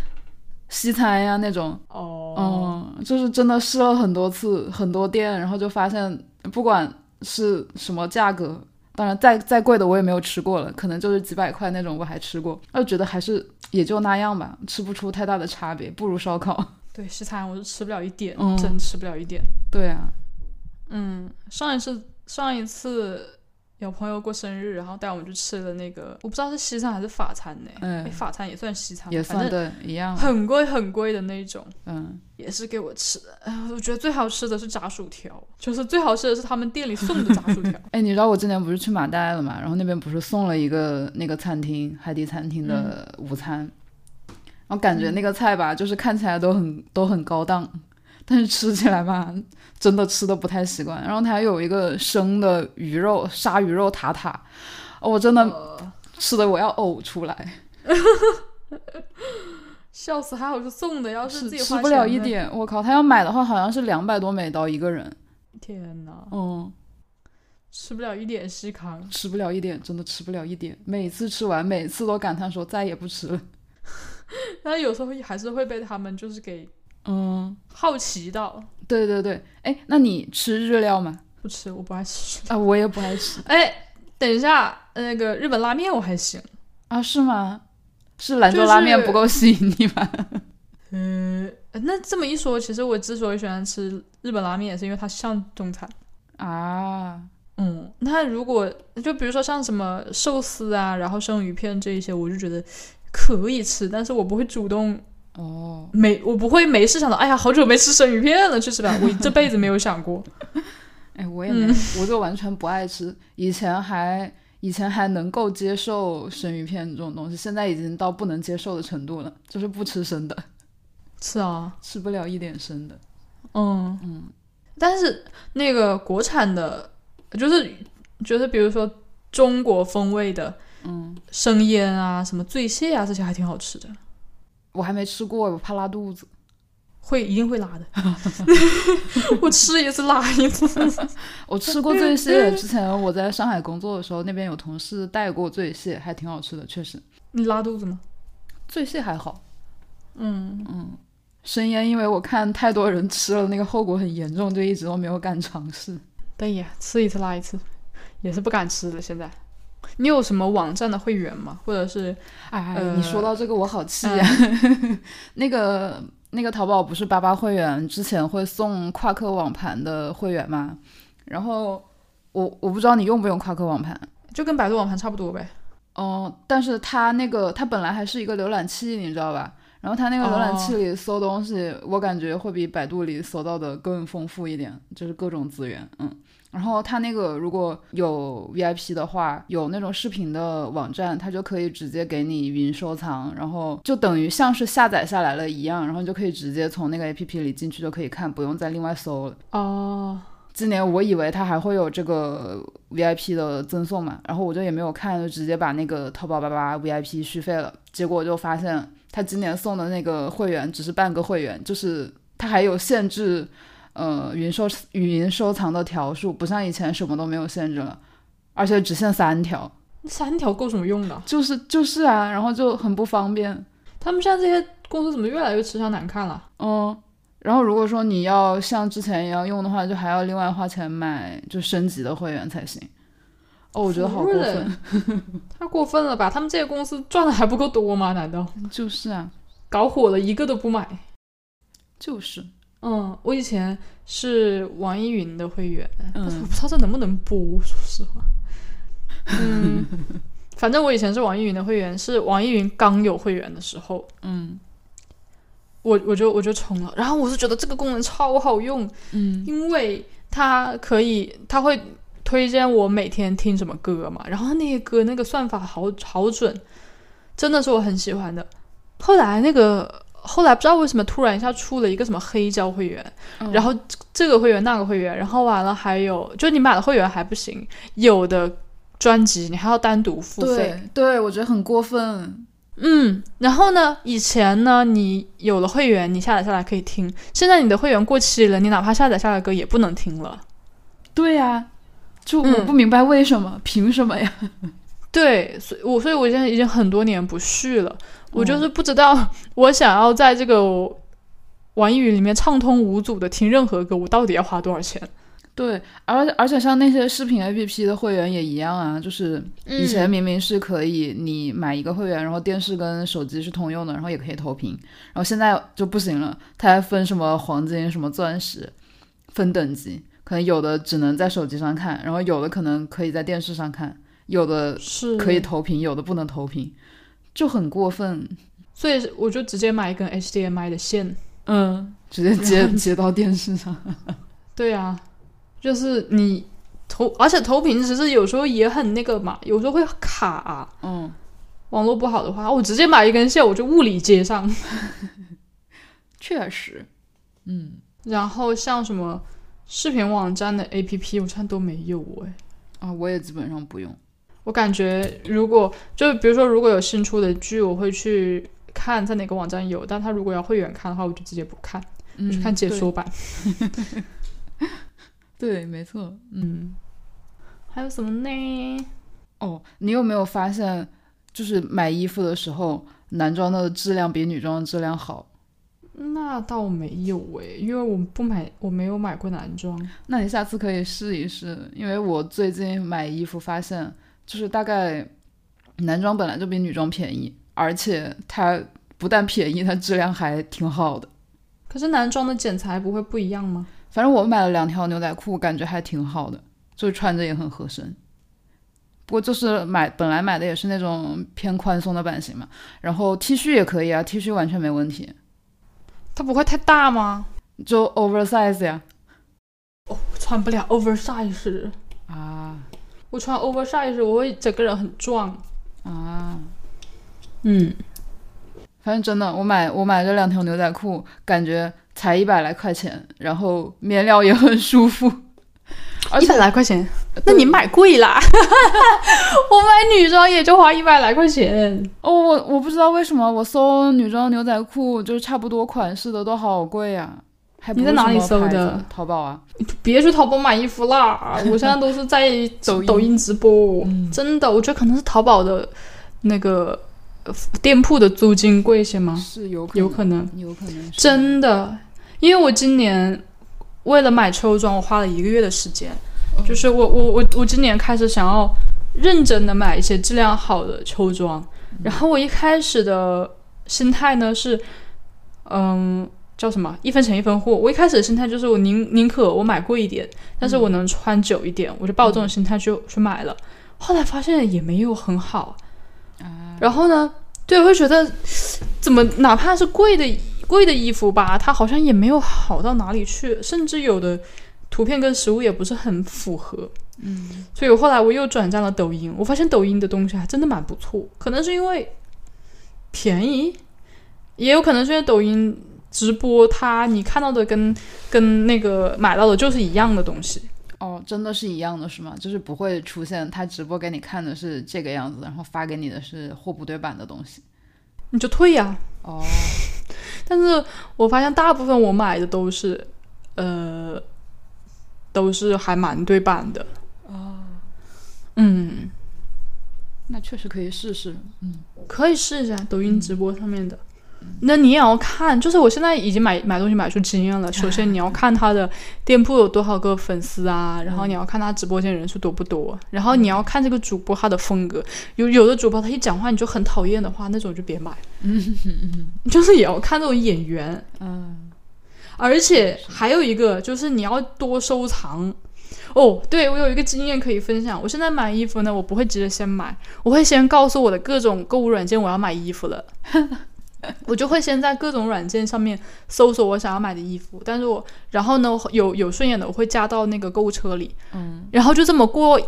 Speaker 1: 西餐呀那种，
Speaker 2: 哦，
Speaker 1: 嗯，就是真的试了很多次很多店，然后就发现不管是什么价格，当然再再贵的我也没有吃过了，可能就是几百块那种我还吃过，我就觉得还是也就那样吧，吃不出太大的差别，不如烧烤。 [LAUGHS]
Speaker 2: 对，西餐我是吃不了一点，
Speaker 1: 嗯
Speaker 2: 真吃不了一点。
Speaker 1: 对啊，
Speaker 2: 嗯，上一次上一次有朋友过生日，然后带我们去吃了那个，我不知道是西餐还是法餐呢、
Speaker 1: 嗯
Speaker 2: 诶法餐也算西餐吧，
Speaker 1: 也
Speaker 2: 哎反
Speaker 1: 算
Speaker 2: 正
Speaker 1: 对，一样，
Speaker 2: 很贵很贵的那种，
Speaker 1: 嗯，
Speaker 2: 也是给我吃的。哎我觉得最好吃的是炸薯条，就是最好吃的是他们店里送的炸薯条。
Speaker 1: 哎，你知道我之前不是去马代了嘛，然后那边不是送了一个那个餐厅海底餐厅的
Speaker 2: 嗯
Speaker 1: 午餐，然后感觉那个菜吧，就是看起来都很都很高档，但是吃起来吧，真的吃的不太习惯。然后它还有一个生的鱼肉鲨鱼肉塔塔，哦我 [LAUGHS] 真的
Speaker 2: 呃
Speaker 1: 吃的我要呕出来，
Speaker 2: 笑死，还好是送的，要
Speaker 1: 吃
Speaker 2: 哦是自己
Speaker 1: 吃
Speaker 2: 花
Speaker 1: 不了
Speaker 2: 钱
Speaker 1: 一
Speaker 2: 呢。
Speaker 1: 点。我靠，他要买的话好像是两百多美刀一个人，
Speaker 2: 天哪，
Speaker 1: 嗯。
Speaker 2: 吃不了一点西康。
Speaker 1: 吃不了一点，真的吃不了一点。每次吃完，每次都感叹说再也不吃了。
Speaker 2: 但有时候还是会被他们就是给
Speaker 1: 嗯，
Speaker 2: 好奇到，
Speaker 1: 对对对。哎，那你吃日料吗？
Speaker 2: 不吃，我不爱吃。
Speaker 1: 啊，我也不爱吃
Speaker 2: 哎，等一下，呃那个日本拉面我还行，
Speaker 1: 啊，是吗？是兰州
Speaker 2: 就是
Speaker 1: 拉面不够吸引你吗？ [LAUGHS]
Speaker 2: 嗯，那这么一说，其实我之所以喜欢吃日本拉面，也是因为它像中餐。
Speaker 1: 啊，
Speaker 2: 嗯，那如果呃就比如说像什么寿司啊，然后生鱼片这一些，我就觉得可以吃，但是我不会主动
Speaker 1: 哦，
Speaker 2: 没，我不会没事想到，哎呀，好久没吃生鱼片了，去吃吧。我这辈子没有想过。
Speaker 1: 哎，我也没 [LAUGHS] 有，我就完全不爱吃。以前还以前还能够接受生鱼片这种东西，现在已经到不能接受的程度了，就是不吃生的，
Speaker 2: 是啊，
Speaker 1: 吃不了一点生的。
Speaker 2: 嗯嗯，但是那个国产的，就是就是比如说中国风味的
Speaker 1: 嗯，
Speaker 2: 生腌啊，什么醉蟹啊，这些还挺好吃的，
Speaker 1: 我还没吃过，我怕拉肚子。
Speaker 2: 会一定会拉的。 [LAUGHS] 我吃一次拉一次。 [LAUGHS]
Speaker 1: 我吃过醉蟹，之前我在上海工作的时候，那边有同事带过醉蟹，还挺好吃的，确实。
Speaker 2: 你拉肚子吗？
Speaker 1: 醉蟹还好，
Speaker 2: 嗯，
Speaker 1: 生腌，因为我看太多人吃了，那个后果很严重，就一直都没有敢尝试。
Speaker 2: 但也吃一次拉一次，也是不敢吃了。现在，你有什么网站的会员吗？或者是
Speaker 1: 哎，
Speaker 2: 呃
Speaker 1: 你说到这个，我好气呀、 [LAUGHS] 那个那个淘宝不是八八会员之前会送夸克网盘的会员吗？然后我我不知道你用不用夸克网盘。
Speaker 2: 就跟百度网盘差不多呗？
Speaker 1: 哦，但是它那个它本来还是一个浏览器，你知道吧？然后它那个浏览器里搜东西，我感觉会比百度里搜到的更丰富一点，就是各种资源，嗯。然后它那个如果有 VIP 的话，有那种视频的网站，它就可以直接给你云收藏，然后就等于像是下载下来了一样，然后你就可以直接从那个 APP 里进去就可以看，不用再另外搜了。
Speaker 2: 哦，
Speaker 1: 今年我以为它还会有这个 VIP 的赠送嘛，然后我就也没有看，就直接把那个淘宝八八 VIP 续费了。结果我就发现，他今年送的那个会员只是半个会员，就是它还有限制，呃，云收云收藏的条数，不像以前什么都没有限制了，而且只限三条，
Speaker 2: 那三条够什么用的？
Speaker 1: 就是就是啊，然后就很不方便，
Speaker 2: 他们现在这些公司怎么越来越吃相难看了？
Speaker 1: 嗯。然后如果说你要像之前一样用的话，就还要另外花钱买就升级的会员才行。哦，我觉得好过分， [LAUGHS]
Speaker 2: 太过分了吧？他们这些公司赚的还不够多吗？难道
Speaker 1: 就是啊，
Speaker 2: 搞火了一个都不买？
Speaker 1: 就是，
Speaker 2: 嗯，我以前是网易云的会员，但是
Speaker 1: 嗯
Speaker 2: 我不知道这能不能播，说实话。嗯， [LAUGHS] 反正我以前是网易云的会员，是网易云刚有会员的时候，
Speaker 1: 嗯
Speaker 2: 我我就我就充了。然后我是觉得这个功能超好用，
Speaker 1: 嗯
Speaker 2: 因为它可以，它会推荐我每天听什么歌嘛，然后那些歌那个算法好好准，真的是我很喜欢的。后来那个后来不知道为什么突然一下出了一个什么黑胶会员，
Speaker 1: 嗯
Speaker 2: 然后这这个会员那个会员，然后完了还有就你买了会员还不行，有的专辑你还要单独付费。
Speaker 1: 对对，我觉得很过分。
Speaker 2: 嗯，然后呢？以前呢，你有了会员，你下载下来可以听。现在你的会员过期了，你哪怕下载下来歌也不能听了。
Speaker 1: 对呀、就我
Speaker 2: 啊嗯
Speaker 1: 不明白为什么，凭什么呀？
Speaker 2: 对，所以我所以我现在已经很多年不续了，我就是不知道 [LAUGHS] 我想要在这个网易云里面畅通无阻的听任何歌，我到底要花多少钱？
Speaker 1: 对，而而且像那些视频 APP 的会员也一样啊，就是以
Speaker 2: 嗯
Speaker 1: 前明明是可以你买一个会员，然后电视跟手机是通用的，然后也可以投屏，然后现在就不行了，它还分什么黄金、什么钻石，分等级，可能有的只能在手机上看，然后有的可能可以在电视上看，有的
Speaker 2: 是
Speaker 1: 可以，投屏，有的不能投屏，就很过分。
Speaker 2: 所以我就直接买一根 HDMI 的线。
Speaker 1: 嗯，直接接接到电视上。
Speaker 2: [LAUGHS] 对啊，就是你投，而且投屏其实有时候也很那个嘛，有时候会卡啊、
Speaker 1: 嗯，
Speaker 2: 网络不好的话，我直接买一根线，我就物理接上。
Speaker 1: 确实。嗯，
Speaker 2: 然后像什么视频网站的 APP，我现在都没有哎。
Speaker 1: 啊，我也基本上不用。
Speaker 2: 我感觉如果就比如说如果有新出的剧，我会去看在哪个网站有，但他如果要会员看的话，我就直接不看，我
Speaker 1: 嗯
Speaker 2: 去看解说版。
Speaker 1: 对。对，没错。
Speaker 2: 嗯， [LAUGHS] 还有什么呢？
Speaker 1: 哦，你有没有发现，就是买衣服的时候，男装的质量比女装的质量好？
Speaker 2: 那倒没有诶，因为我不买，我没有买过男装。
Speaker 1: 那你下次可以试一试，因为我最近买衣服发现，就是大概男装本来就比女装便宜，而且它不但便宜，它质量还挺好的。
Speaker 2: 可是男装的剪裁不会不一样吗？
Speaker 1: 反正我买了两条牛仔裤，感觉还挺好的，就是穿着也很合身。不过就是买本来买的也是那种偏宽松的版型嘛，然后 T 恤也可以啊，T 恤完全没问题，
Speaker 2: 它不会太大吗？
Speaker 1: 就 oversize 呀
Speaker 2: 我穿不了 oversize，
Speaker 1: 啊
Speaker 2: 我穿 oversize 我会整个人很壮。
Speaker 1: 啊！
Speaker 2: 嗯，
Speaker 1: 反正真的，我买我买这两条牛仔裤，感觉才一百来块钱，然后面料也很舒服，而
Speaker 2: 一
Speaker 1: 且
Speaker 2: 百来块钱，那你买贵啦。 [LAUGHS] 我买女装也就花一百来块钱。
Speaker 1: 哦，我我不知道为什么我搜女装牛仔裤，就是差不多款式的都好贵呀、还不
Speaker 2: 你在
Speaker 1: 是
Speaker 2: 哪
Speaker 1: 什
Speaker 2: 里
Speaker 1: 么
Speaker 2: 搜
Speaker 1: 牌子
Speaker 2: 的？
Speaker 1: 淘宝啊。
Speaker 2: 别去淘宝买衣服啦！我现在都是在
Speaker 1: [LAUGHS] 抖音
Speaker 2: 抖音直播，
Speaker 1: 嗯
Speaker 2: 真的，我觉得可能是淘宝的那个呃店铺的租金贵些吗？
Speaker 1: 是有可
Speaker 2: 啊有可能，
Speaker 1: 能，有可能是
Speaker 2: 真的，因为我今年为了买秋装，我花了一个月的时间，
Speaker 1: 嗯
Speaker 2: 就是我我我我今年开始想要认真的买一些质量好的秋装，然后我一开始的心态呢是，嗯。叫什么？一分钱一分货。我一开始的心态就是，我宁宁可我买贵一点，但是我能穿久一点，我就抱这种心态去去买了。后来发现也没有很好，
Speaker 1: 啊，
Speaker 2: 然后呢，对，我会觉得怎么哪怕是贵的贵的衣服吧，它好像也没有好到哪里去，甚至有的图片跟实物也不是很符合。
Speaker 1: 嗯
Speaker 2: 所以我后来我又转战了抖音，我发现抖音的东西还真的蛮不错，可能是因为便宜，也有可能是因为抖音直播它你看到的跟跟那个买到的就是一样的东西。
Speaker 1: 哦，真的是一样的是吗？就是不会出现他直播给你看的是这个样子，然后发给你的是货不对版的东西。
Speaker 2: 你就退呀、
Speaker 1: 哦，
Speaker 2: 但是我发现大部分我买的都是，呃，都是还蛮对版的。
Speaker 1: 哦，
Speaker 2: 嗯，
Speaker 1: 那确实可以试试。嗯，
Speaker 2: 可以试一下抖音直播上面的。那你也要看，就是我现在已经买买东西买出经验了。首先你要看他的店铺有多少个粉丝啊，然后你要看他直播间人数多不多，然后你要看这个主播他的风格。有有的主播他一讲话你就很讨厌的话，那种就别买。就是也要看这种演员，
Speaker 1: 嗯，
Speaker 2: 而且还有一个就是你要多收藏。哦，对我有一个经验可以分享。我现在买衣服呢，我不会直接先买，我会先告诉我的各种购物软件我要买衣服了，我就会先在各种软件上面搜索我想要买的衣服。但是我然后呢，有有顺眼的我会加到那个购物车里，
Speaker 1: 嗯，
Speaker 2: 然后就这么过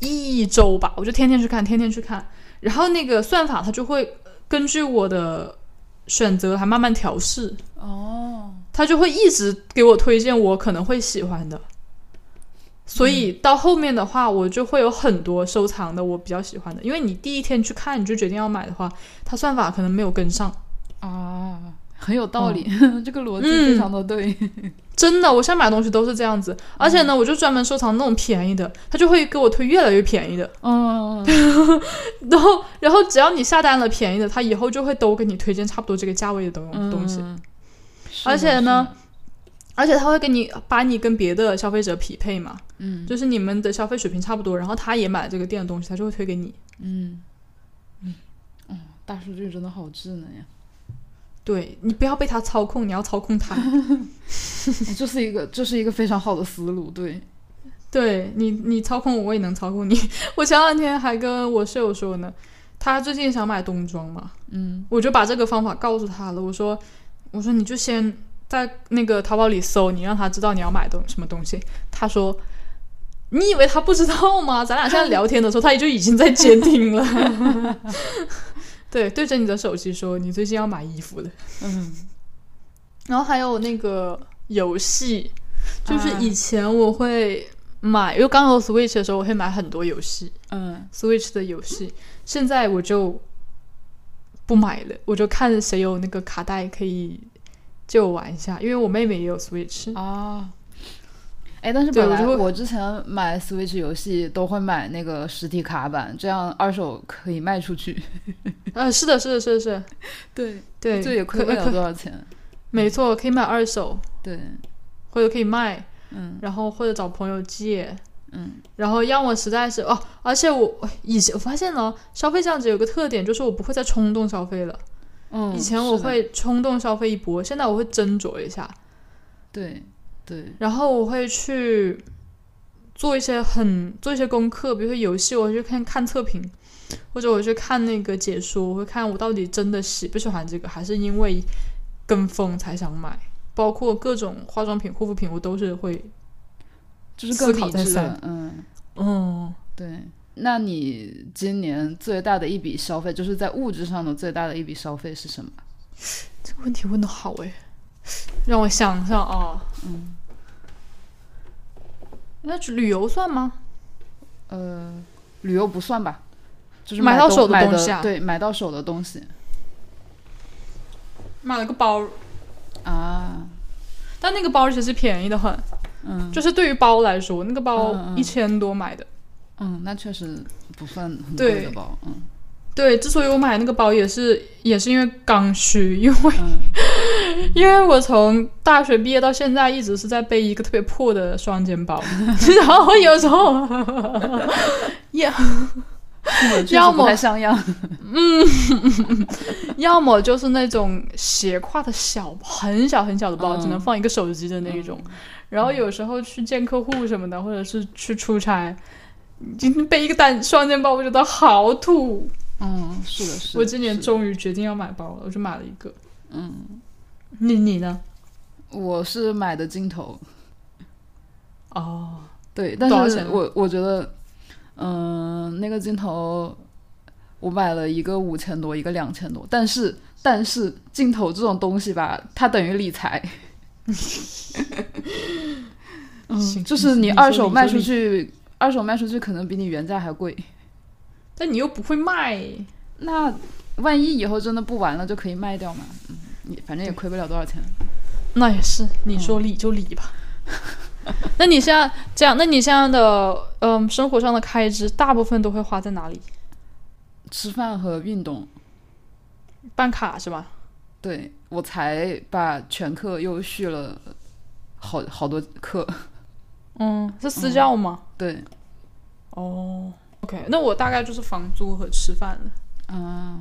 Speaker 2: 一周吧，我就天天去看，天天去看。然后那个算法它就会根据我的选择来慢慢调试。
Speaker 1: 哦，
Speaker 2: 他就会一直给我推荐我可能会喜欢的，所
Speaker 1: 嗯
Speaker 2: 以到后面的话，我就会有很多收藏的我比较喜欢的，因为你第一天去看你就决定要买的话，它算法可能没有跟上。
Speaker 1: 啊，很有道理， [LAUGHS] 这个逻辑
Speaker 2: 嗯
Speaker 1: 非常的对。
Speaker 2: 真的，我现在买东西都是这样
Speaker 1: 嗯
Speaker 2: 子，而且呢，我就专门收藏那种便宜的，它就会给我推越来越便宜的，
Speaker 1: 嗯，
Speaker 2: 然后，然后只要你下单了便宜的，它以后就会都给你推荐差不多这个价位的东
Speaker 1: 嗯
Speaker 2: 东西，，
Speaker 1: 是
Speaker 2: 而
Speaker 1: 的
Speaker 2: 且呢，而且它会给你把你跟别的消费者匹配嘛，
Speaker 1: 是的嗯
Speaker 2: 就是你们的消费水平差不多，然后他也买了这个店的东西，他就会推给你。
Speaker 1: 嗯嗯，哦，大数据真的好智能呀！ [LAUGHS]
Speaker 2: 对你不要被他操控，你要操控他。 [LAUGHS]
Speaker 1: 哦这是一个这是一个非常好的思路，对，
Speaker 2: 对你，你操控我，我也能操控你。 [LAUGHS] 我前两天还跟我室友说呢，他最近想买冬装嘛，
Speaker 1: 嗯
Speaker 2: 我就把这个方法告诉他了。我说，我说你就先在那个淘宝里搜，你让他知道你要买东什么东西。他说，你以为他不知道吗？咱俩现在聊天的时候， [LAUGHS] 他也就已经在监听了。 [LAUGHS] 对，对着你的手机说，你最近要买衣服的。
Speaker 1: 嗯
Speaker 2: 然后还有那个游戏，就是
Speaker 1: 啊
Speaker 2: 以前我会买，因为刚有 Switch 的时候，我会买很多游戏
Speaker 1: 嗯
Speaker 2: ，Switch 的游戏。现在我就不买了，我就看谁有那个卡带可以借我玩一下，因为我妹妹也有 Switch。
Speaker 1: 啊。哎，但是
Speaker 2: 哦对
Speaker 1: 本
Speaker 2: 我
Speaker 1: 来
Speaker 2: 就会
Speaker 1: 我之前买 Switch 游戏都会买那个实体卡版，这样二手可以卖出去。
Speaker 2: 呃，是的，是的，是的，是的，
Speaker 1: [LAUGHS] 对，
Speaker 2: 对，
Speaker 1: 这也亏
Speaker 2: 可
Speaker 1: 不了
Speaker 2: 可
Speaker 1: 多少钱。
Speaker 2: 没错，可以买二手，
Speaker 1: 对，
Speaker 2: 或者可以卖，
Speaker 1: 嗯
Speaker 2: 然后或者找朋友借，
Speaker 1: 嗯
Speaker 2: 然后让我实在是哦，而且我我以前我发现了消费降级有个特点，就是我不会再冲动消费了。
Speaker 1: 嗯，
Speaker 2: 以前我
Speaker 1: 是的
Speaker 2: 会冲动消费一波，现在我会斟酌一下，
Speaker 1: 对对，
Speaker 2: 然后我会去做一些很做一些功课，比如说游戏，我会去看看测评，或者我去看那个解说，我会看我到底真的喜不喜欢这个，还是因为跟风才想买。包括各种化妆品、护肤品，我都是会，
Speaker 1: 就是
Speaker 2: 思
Speaker 1: 更
Speaker 2: 考
Speaker 1: 理
Speaker 2: 再
Speaker 1: 智
Speaker 2: 算
Speaker 1: 了。嗯，
Speaker 2: 嗯，
Speaker 1: 对。那你今年最大的一笔消费，就是在物质上的最大的一笔消费是什么？
Speaker 2: 这个问题问的好哎，让我想想啊，
Speaker 1: 嗯，
Speaker 2: 那旅游算吗？
Speaker 1: 呃，旅游不算吧，就是
Speaker 2: 买
Speaker 1: 买
Speaker 2: 到
Speaker 1: 东
Speaker 2: 手的
Speaker 1: 买
Speaker 2: 东西啊
Speaker 1: 对，买到手的东西
Speaker 2: 买了个包，
Speaker 1: 啊，
Speaker 2: 但那个包其实便宜的很，
Speaker 1: 嗯，
Speaker 2: 就是对于包来说，那个包
Speaker 1: 嗯嗯
Speaker 2: 一千多买的。
Speaker 1: 嗯，那确实不算很贵的
Speaker 2: 对
Speaker 1: 包，
Speaker 2: [LAUGHS]
Speaker 1: 嗯
Speaker 2: 对，之所以我买那个包也是也是因为刚需，因为
Speaker 1: 嗯
Speaker 2: 因为我从大学毕业到现在一直是在背一个特别破的双肩
Speaker 1: [LAUGHS]
Speaker 2: 包，然后有时候 [LAUGHS]
Speaker 1: 出门确
Speaker 2: 要
Speaker 1: 实不
Speaker 2: 么
Speaker 1: 太像样，
Speaker 2: 要么就是那种斜挎的小很小很小的包，
Speaker 1: 嗯
Speaker 2: 只能放一个手机的那一种，然后有时候去见客户什么的，或者是去出差。今天背一个单双肩包，我觉得好土。
Speaker 1: 嗯，是的，是的。
Speaker 2: 我今年
Speaker 1: 是的
Speaker 2: 终于决定要买包了，我就买了一个。
Speaker 1: 嗯，
Speaker 2: 你你呢？
Speaker 1: 我是买的镜头，
Speaker 2: 哦，
Speaker 1: 对，
Speaker 2: 多少
Speaker 1: 但是
Speaker 2: 钱啊
Speaker 1: 我我觉得，嗯、那个镜头我买了一个五千多，一个两千多，但是但是镜头这种东西吧，它等于理财。
Speaker 2: 行
Speaker 1: 嗯，就
Speaker 2: 你
Speaker 1: 是
Speaker 2: 你
Speaker 1: 你
Speaker 2: 说
Speaker 1: 二
Speaker 2: 你
Speaker 1: 手
Speaker 2: 说
Speaker 1: 卖出
Speaker 2: 你嗯
Speaker 1: 去，二手卖出去可能比你原价还贵。
Speaker 2: 但你又不会卖，
Speaker 1: 那万一以后真的不玩了，就可以卖掉嘛。嗯也反正也亏不了多少钱。
Speaker 2: 那也是，你说理就理吧。 [LAUGHS] 那你现在这样，那你现在的嗯生活上的开支大部分都会花在哪里？
Speaker 1: 吃饭和运动，
Speaker 2: 办卡是吧？
Speaker 1: 对我才把全课又续了好好多课。
Speaker 2: 嗯，是私教吗？
Speaker 1: 对，
Speaker 2: 哦，OK，那我大概就是房租和吃饭了，
Speaker 1: 啊，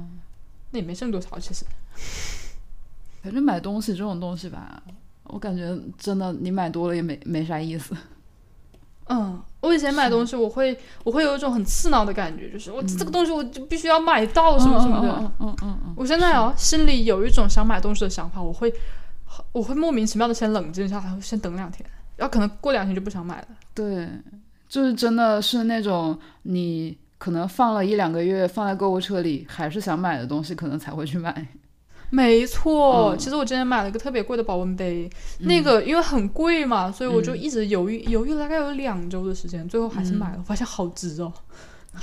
Speaker 2: 那也没剩多少其实。
Speaker 1: 反正买东西这种东西吧，我感觉真的你买多了也没没啥意思。
Speaker 2: 嗯，我以前买东西我会我会有一种很刺挠的感觉，就是我这个东西我就必须要买到什么什么的。
Speaker 1: 嗯嗯嗯嗯嗯
Speaker 2: 我现在啊，心里有一种想买东西的想法，我会我会莫名其妙的先冷静下来，先等两天，然后可能过两天就不想买了。
Speaker 1: 对，就是真的是那种你可能放了一两个月放在购物车里，还是想买的东西，可能才会去
Speaker 2: [LAUGHS]
Speaker 1: 买。
Speaker 2: 没
Speaker 1: 嗯
Speaker 2: 错，其实我之前买了一个特别贵的保温杯，那个因为很贵嘛，所以
Speaker 1: 嗯
Speaker 2: 我就一直犹豫，犹豫了大概有两周的时间，最后还是买了，我发现好值哦，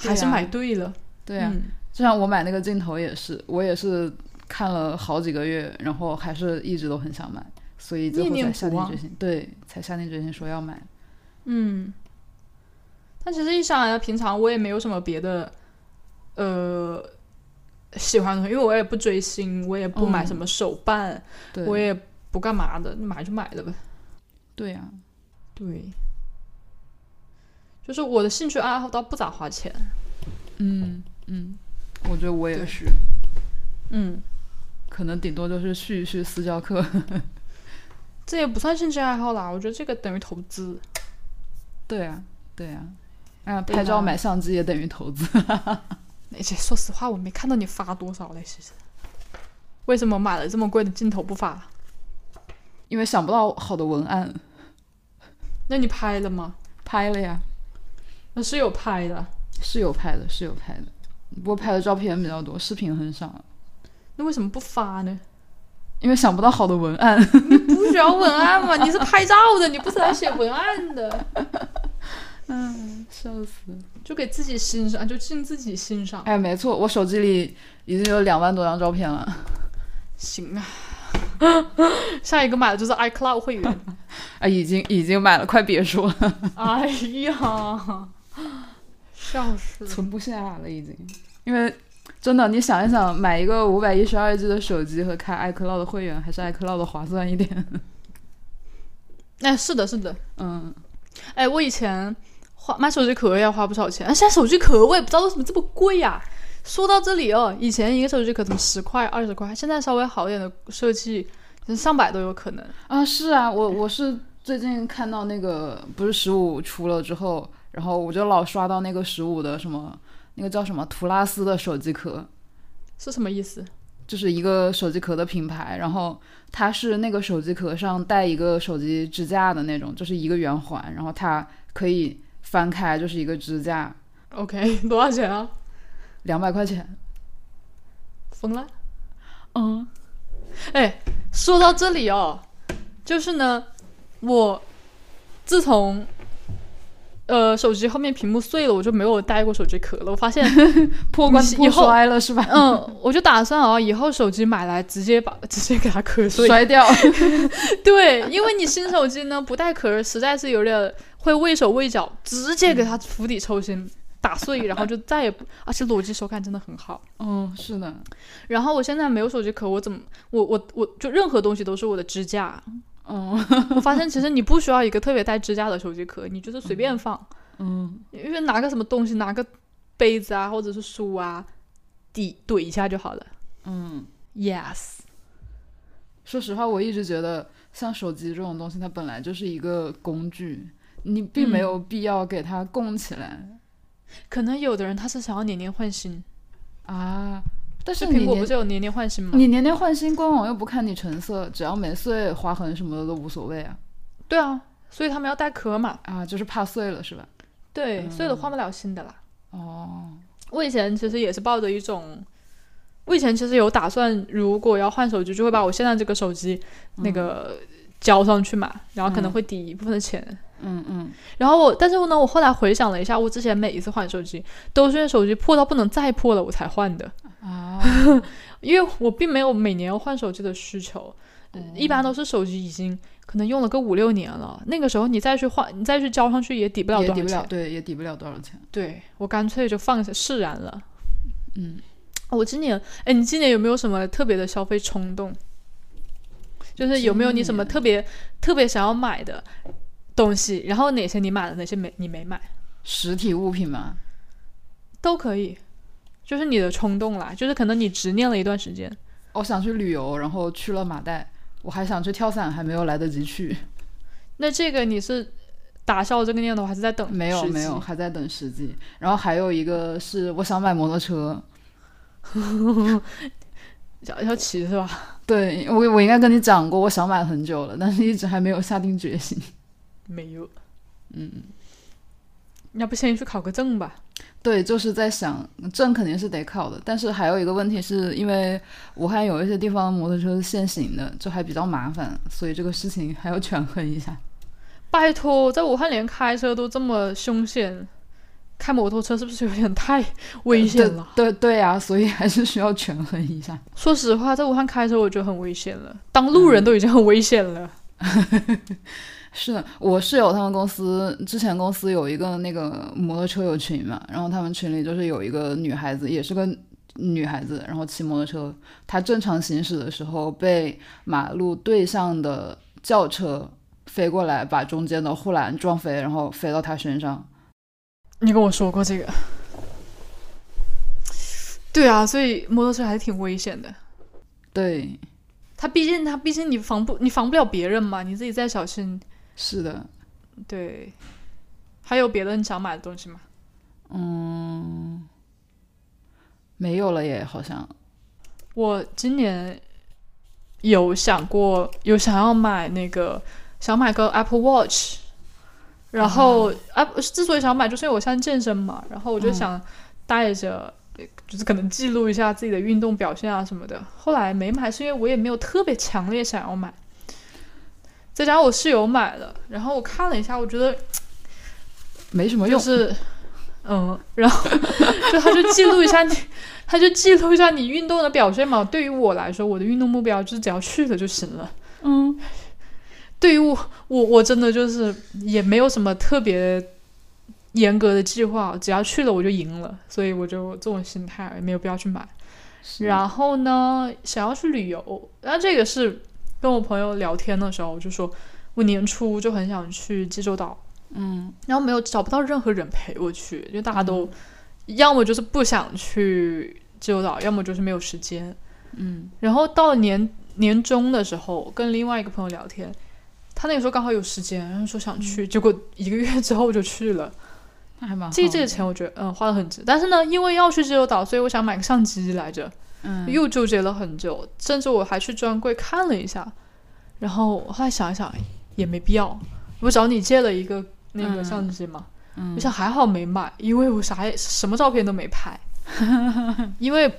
Speaker 1: 对
Speaker 2: 还是
Speaker 1: 呀
Speaker 2: 买对了。
Speaker 1: 对啊呀、
Speaker 2: 嗯
Speaker 1: 就像我买那个镜头也是，我也是看了好几个月，然后还是一直都很想买，所以最后才
Speaker 2: 念念
Speaker 1: 下
Speaker 2: 不
Speaker 1: 定
Speaker 2: 忘
Speaker 1: 决心，对，才下定决心说要买。
Speaker 2: 嗯，但其实一想来，平常我也没有什么别的，呃，喜欢的东西，因为我也不追星，我也不买什么手办，
Speaker 1: 对，
Speaker 2: 我也不干嘛的，买就买了呗。
Speaker 1: 对啊呀、
Speaker 2: 对，就是我的兴趣爱好倒不咋花钱。
Speaker 1: 嗯嗯，我觉得我也
Speaker 2: 对
Speaker 1: 是，
Speaker 2: 嗯，
Speaker 1: 可能顶多就是续一续私教课。 [LAUGHS]
Speaker 2: 这也不算兴趣爱好啦，我觉得这个等于投资。
Speaker 1: 对呀、对呀、啊，
Speaker 2: 对
Speaker 1: 拍照
Speaker 2: 吧
Speaker 1: 买相机也等于投资。 [LAUGHS]
Speaker 2: 而且说实话，我没看到你发多少嘞，其实。为什么买了这么贵的镜头不发？
Speaker 1: 因为想不到好的文案，
Speaker 2: 那你拍了吗？
Speaker 1: 拍了呀，
Speaker 2: 那是有拍的。
Speaker 1: 是有拍的，是有拍的，不过拍的照片比较多，视频很少，
Speaker 2: 那为什么不发呢？
Speaker 1: 因为想不到好的文案。
Speaker 2: 不需要文案嘛？你是拍照的，你不是来写文案的，
Speaker 1: 嗯， [LAUGHS] 笑死。
Speaker 2: 就给自己欣赏，就尽自己欣赏。
Speaker 1: 哎，没错，我手机里已经有两万多张照片了。 [LAUGHS]
Speaker 2: 行啊，下一个买的就是 iCloud 会员。
Speaker 1: 哎，已经已经买了，快别说了，
Speaker 2: 哎呀，笑死
Speaker 1: [LAUGHS]
Speaker 2: 了！
Speaker 1: 存不下了已经。因为真的，你想一想，买一个五百一十二 G 的手机和开 iCloud 的会员，还是 iCloud 的划算一点。
Speaker 2: 哎，是的，是的，
Speaker 1: 嗯，
Speaker 2: 哎，我以前花买手机壳要花不少钱，哎现在手机壳我也不知道为什么这么贵呀、说到这里哦，以前一个手机壳怎么十块、二十块，现在稍微好一点的设计，上百都有可能。
Speaker 1: 啊，是啊，我我是最近看到那个不是十五出了之后，然后我就老刷到那个十五的什么那个叫什么图拉斯的手机壳，
Speaker 2: 是什么意思？
Speaker 1: 就是一个手机壳的品牌，然后它是那个手机壳上带一个手机支架的那种，就是一个圆环，然后它可以翻开，就是一个支架，
Speaker 2: OK，多少钱啊？
Speaker 1: 两百块钱。
Speaker 2: 疯了！
Speaker 1: 嗯
Speaker 2: 哎，说到这里哦，就是呢，我自从呃手机后面屏幕碎了，我就没有带过手机壳了。我发现，
Speaker 1: [LAUGHS] 破罐
Speaker 2: 你
Speaker 1: 子
Speaker 2: 是
Speaker 1: 破
Speaker 2: 以后
Speaker 1: 摔了是
Speaker 2: [LAUGHS]
Speaker 1: 吧？
Speaker 2: 嗯，我就打算哦，以后手机买来直接把直接给它
Speaker 1: [LAUGHS]
Speaker 2: 壳碎。
Speaker 1: 摔掉。
Speaker 2: 对，因为你新手机呢不带壳，实在是有点会畏手畏脚，直接给它
Speaker 1: 嗯
Speaker 2: 釜底抽薪。打碎，然后就再也不，而且裸机手感真的很好。
Speaker 1: 嗯，是的。
Speaker 2: 然后我现在没有手机壳，我怎么，我我我就任何东西都是我的支架，
Speaker 1: 嗯
Speaker 2: 我发现其实你不需要一个特别带支架的手机壳，你就是随便放，
Speaker 1: 嗯，
Speaker 2: 因为拿个什么东西，拿个杯子啊，或者是书啊，抵怼一下就好了。
Speaker 1: 嗯，
Speaker 2: Yes，
Speaker 1: 说实话，我一直觉得像手机这种东西，它本来就是一个工具，你并没有
Speaker 2: 嗯
Speaker 1: 必要给它供起来、
Speaker 2: 可能有的人他是想要年年换新，
Speaker 1: 啊。但是
Speaker 2: 这
Speaker 1: 你
Speaker 2: 苹果
Speaker 1: 年
Speaker 2: 不是有年年换新吗？
Speaker 1: 你年年换新，官网又不看你成色，只要没碎、划痕什么的都无所谓啊
Speaker 2: 对啊，所以他们要带壳嘛。
Speaker 1: 啊，就是怕碎了是吧？
Speaker 2: 对，
Speaker 1: 嗯
Speaker 2: 所以都换不了新的啦。
Speaker 1: 哦，
Speaker 2: 我以前其实也是抱着一种，我以前其实有打算，如果要换手机，就会把我现在这个手机那个交上去嘛，然后可能
Speaker 1: 嗯
Speaker 2: 会抵一部分的钱。
Speaker 1: 嗯嗯，
Speaker 2: 然后我，但是呢，我后来回想了一下，我之前每一次换手机都是因为手机破到不能再破了我才换的，
Speaker 1: 啊、啊，
Speaker 2: 因为我并没有每年要换手机的需求，
Speaker 1: 嗯
Speaker 2: 一般都是手机已经可能用了个五六年了，那个时候你再去换，你再去交上去也抵 [LAUGHS] 不了
Speaker 1: 也
Speaker 2: 多
Speaker 1: 抵
Speaker 2: 少
Speaker 1: 不了，
Speaker 2: 钱。
Speaker 1: 对，也抵不了多少钱。
Speaker 2: 对我干脆就放下释然了。
Speaker 1: 嗯，
Speaker 2: 我今年，哎，你今年有没有什么特别的消费冲动？就是有没有你什么
Speaker 1: 今年
Speaker 2: 特别特别想要买的东西？然后哪些你买了，哪些没你没买，
Speaker 1: 实体物品嘛，
Speaker 2: 都可以。就是你的冲动啦，就是可能你执念了一段时间。
Speaker 1: 我想去旅游，然后去了马代，我还想去跳伞，还没有来得及去，
Speaker 2: 那这个你是打消了这个念头，还是在等？
Speaker 1: 没有没有，。还在等时机。然后还有一个是我想买摩托车，
Speaker 2: 要要骑是吧？
Speaker 1: 对我我应该跟你讲过，我想买很久了，但是一直还没有下定决心。 [LAUGHS]
Speaker 2: 没有。
Speaker 1: 嗯，
Speaker 2: 要不先去考个证吧？
Speaker 1: 对，就是在想证肯定是得考的，但是还有一个问题是因为武汉有一些地方摩托车是限行的，就还比较麻烦，所以这个事情还要权衡一下。
Speaker 2: 拜托，在武汉连开车都这么凶险，开摩托车是不是有点太危险了？
Speaker 1: 对对呀、啊，所以还是需要权衡一下。
Speaker 2: 说实话，在武汉开车我觉得很危险了，当路人都已经很危险了。
Speaker 1: 是的，我室友他们公司之前公司有一个那个摩托车友群嘛，然后他们群里就是有一个女孩子，也是个女孩子，然后骑摩托车，她正常行驶的时候被马路对向的轿车飞过来，把中间的护栏撞飞，然后飞到她身上。
Speaker 2: 你跟我说过这个。对啊，所以摩托车还是挺危险的。
Speaker 1: 对，
Speaker 2: 它毕竟它毕竟你防不你防不了别人嘛，你自己再小心。
Speaker 1: 是的，
Speaker 2: 对，还有别的你想买的东西吗？
Speaker 1: 嗯，没有了耶，好像
Speaker 2: 我今年有想过，有想要买那个，想买个 Apple Watch，然后 Apple、之所以想买，就是因为我现在健身嘛，然后我就
Speaker 1: 嗯
Speaker 2: 想带着，呃就是可能记录一下自己的运动表现啊什么的。后来没买，是因为我也没有特别强烈想要买，再加上我室友买了，然后我看了一下，我觉得
Speaker 1: 没什么
Speaker 2: 就
Speaker 1: 用。
Speaker 2: 是，嗯，然后就他就记录一下你，他就记录一下你运动的表现嘛。对于我来说，我的运动目标就是只要去了就行了。
Speaker 1: 嗯，
Speaker 2: 对于我，我我真的就是也没有什么特别严格的计划，只要去了我就赢了，所以我就这种心态没有必要去买。
Speaker 1: 是
Speaker 2: 然后呢，想要去旅游，那这个是跟我朋友聊天的时候，我就说我年初就很想去济州岛。
Speaker 1: 嗯，
Speaker 2: 然后没有找不到任何人陪我去，因为大家都、要么就是不想去济州岛，要么就是没有时间。
Speaker 1: 嗯
Speaker 2: 然后到年年终的时候，跟另外一个朋友聊天，他那个时候刚好有时间，然后说想去，结果一个月之后就去了。
Speaker 1: 那还蛮
Speaker 2: 这
Speaker 1: 好
Speaker 2: 这个
Speaker 1: 的
Speaker 2: 钱我觉得嗯花的很值，但是呢，因为要去济州岛，所以我想买个相机来着，
Speaker 1: 嗯
Speaker 2: 又纠结了很久，甚至我还去专柜看了一下，然后后来想一想也没必要，我找你借了一个那个
Speaker 1: 嗯
Speaker 2: 相机嘛。
Speaker 1: 嗯
Speaker 2: 我想还好没买，因为我啥也什么照片都
Speaker 1: [LAUGHS]
Speaker 2: 没拍，因为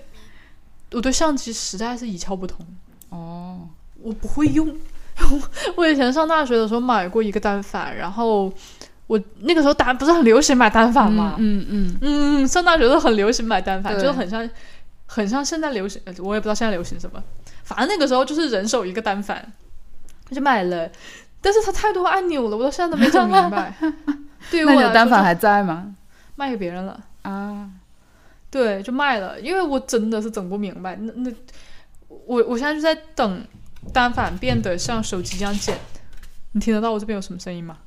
Speaker 2: 我对相机实在是一窍不通，
Speaker 1: 哦。
Speaker 2: 我不会用。我以前上大学的时候买过一个单反，然后我那个时候单不是很流行买单反嘛，
Speaker 1: 嗯嗯
Speaker 2: 嗯上大学的时候很流行买单反，
Speaker 1: 对
Speaker 2: 就很像很像现在流行，呃我也不知道现在流行什么，反正那个时候就是人手一个单反，我就买了，但是它太多按钮了，我到现在都没整明
Speaker 1: [LAUGHS]
Speaker 2: 白。对于
Speaker 1: 嗯，那
Speaker 2: 我
Speaker 1: 你
Speaker 2: 来
Speaker 1: 的单
Speaker 2: 说
Speaker 1: 反
Speaker 2: 就
Speaker 1: 还在吗？
Speaker 2: 卖给别人了。
Speaker 1: 啊，
Speaker 2: 对，就卖了，因为我真的是整不明白。那那我我现在就在等单反变得像手机一样简。你听得到我这边有什么声音吗？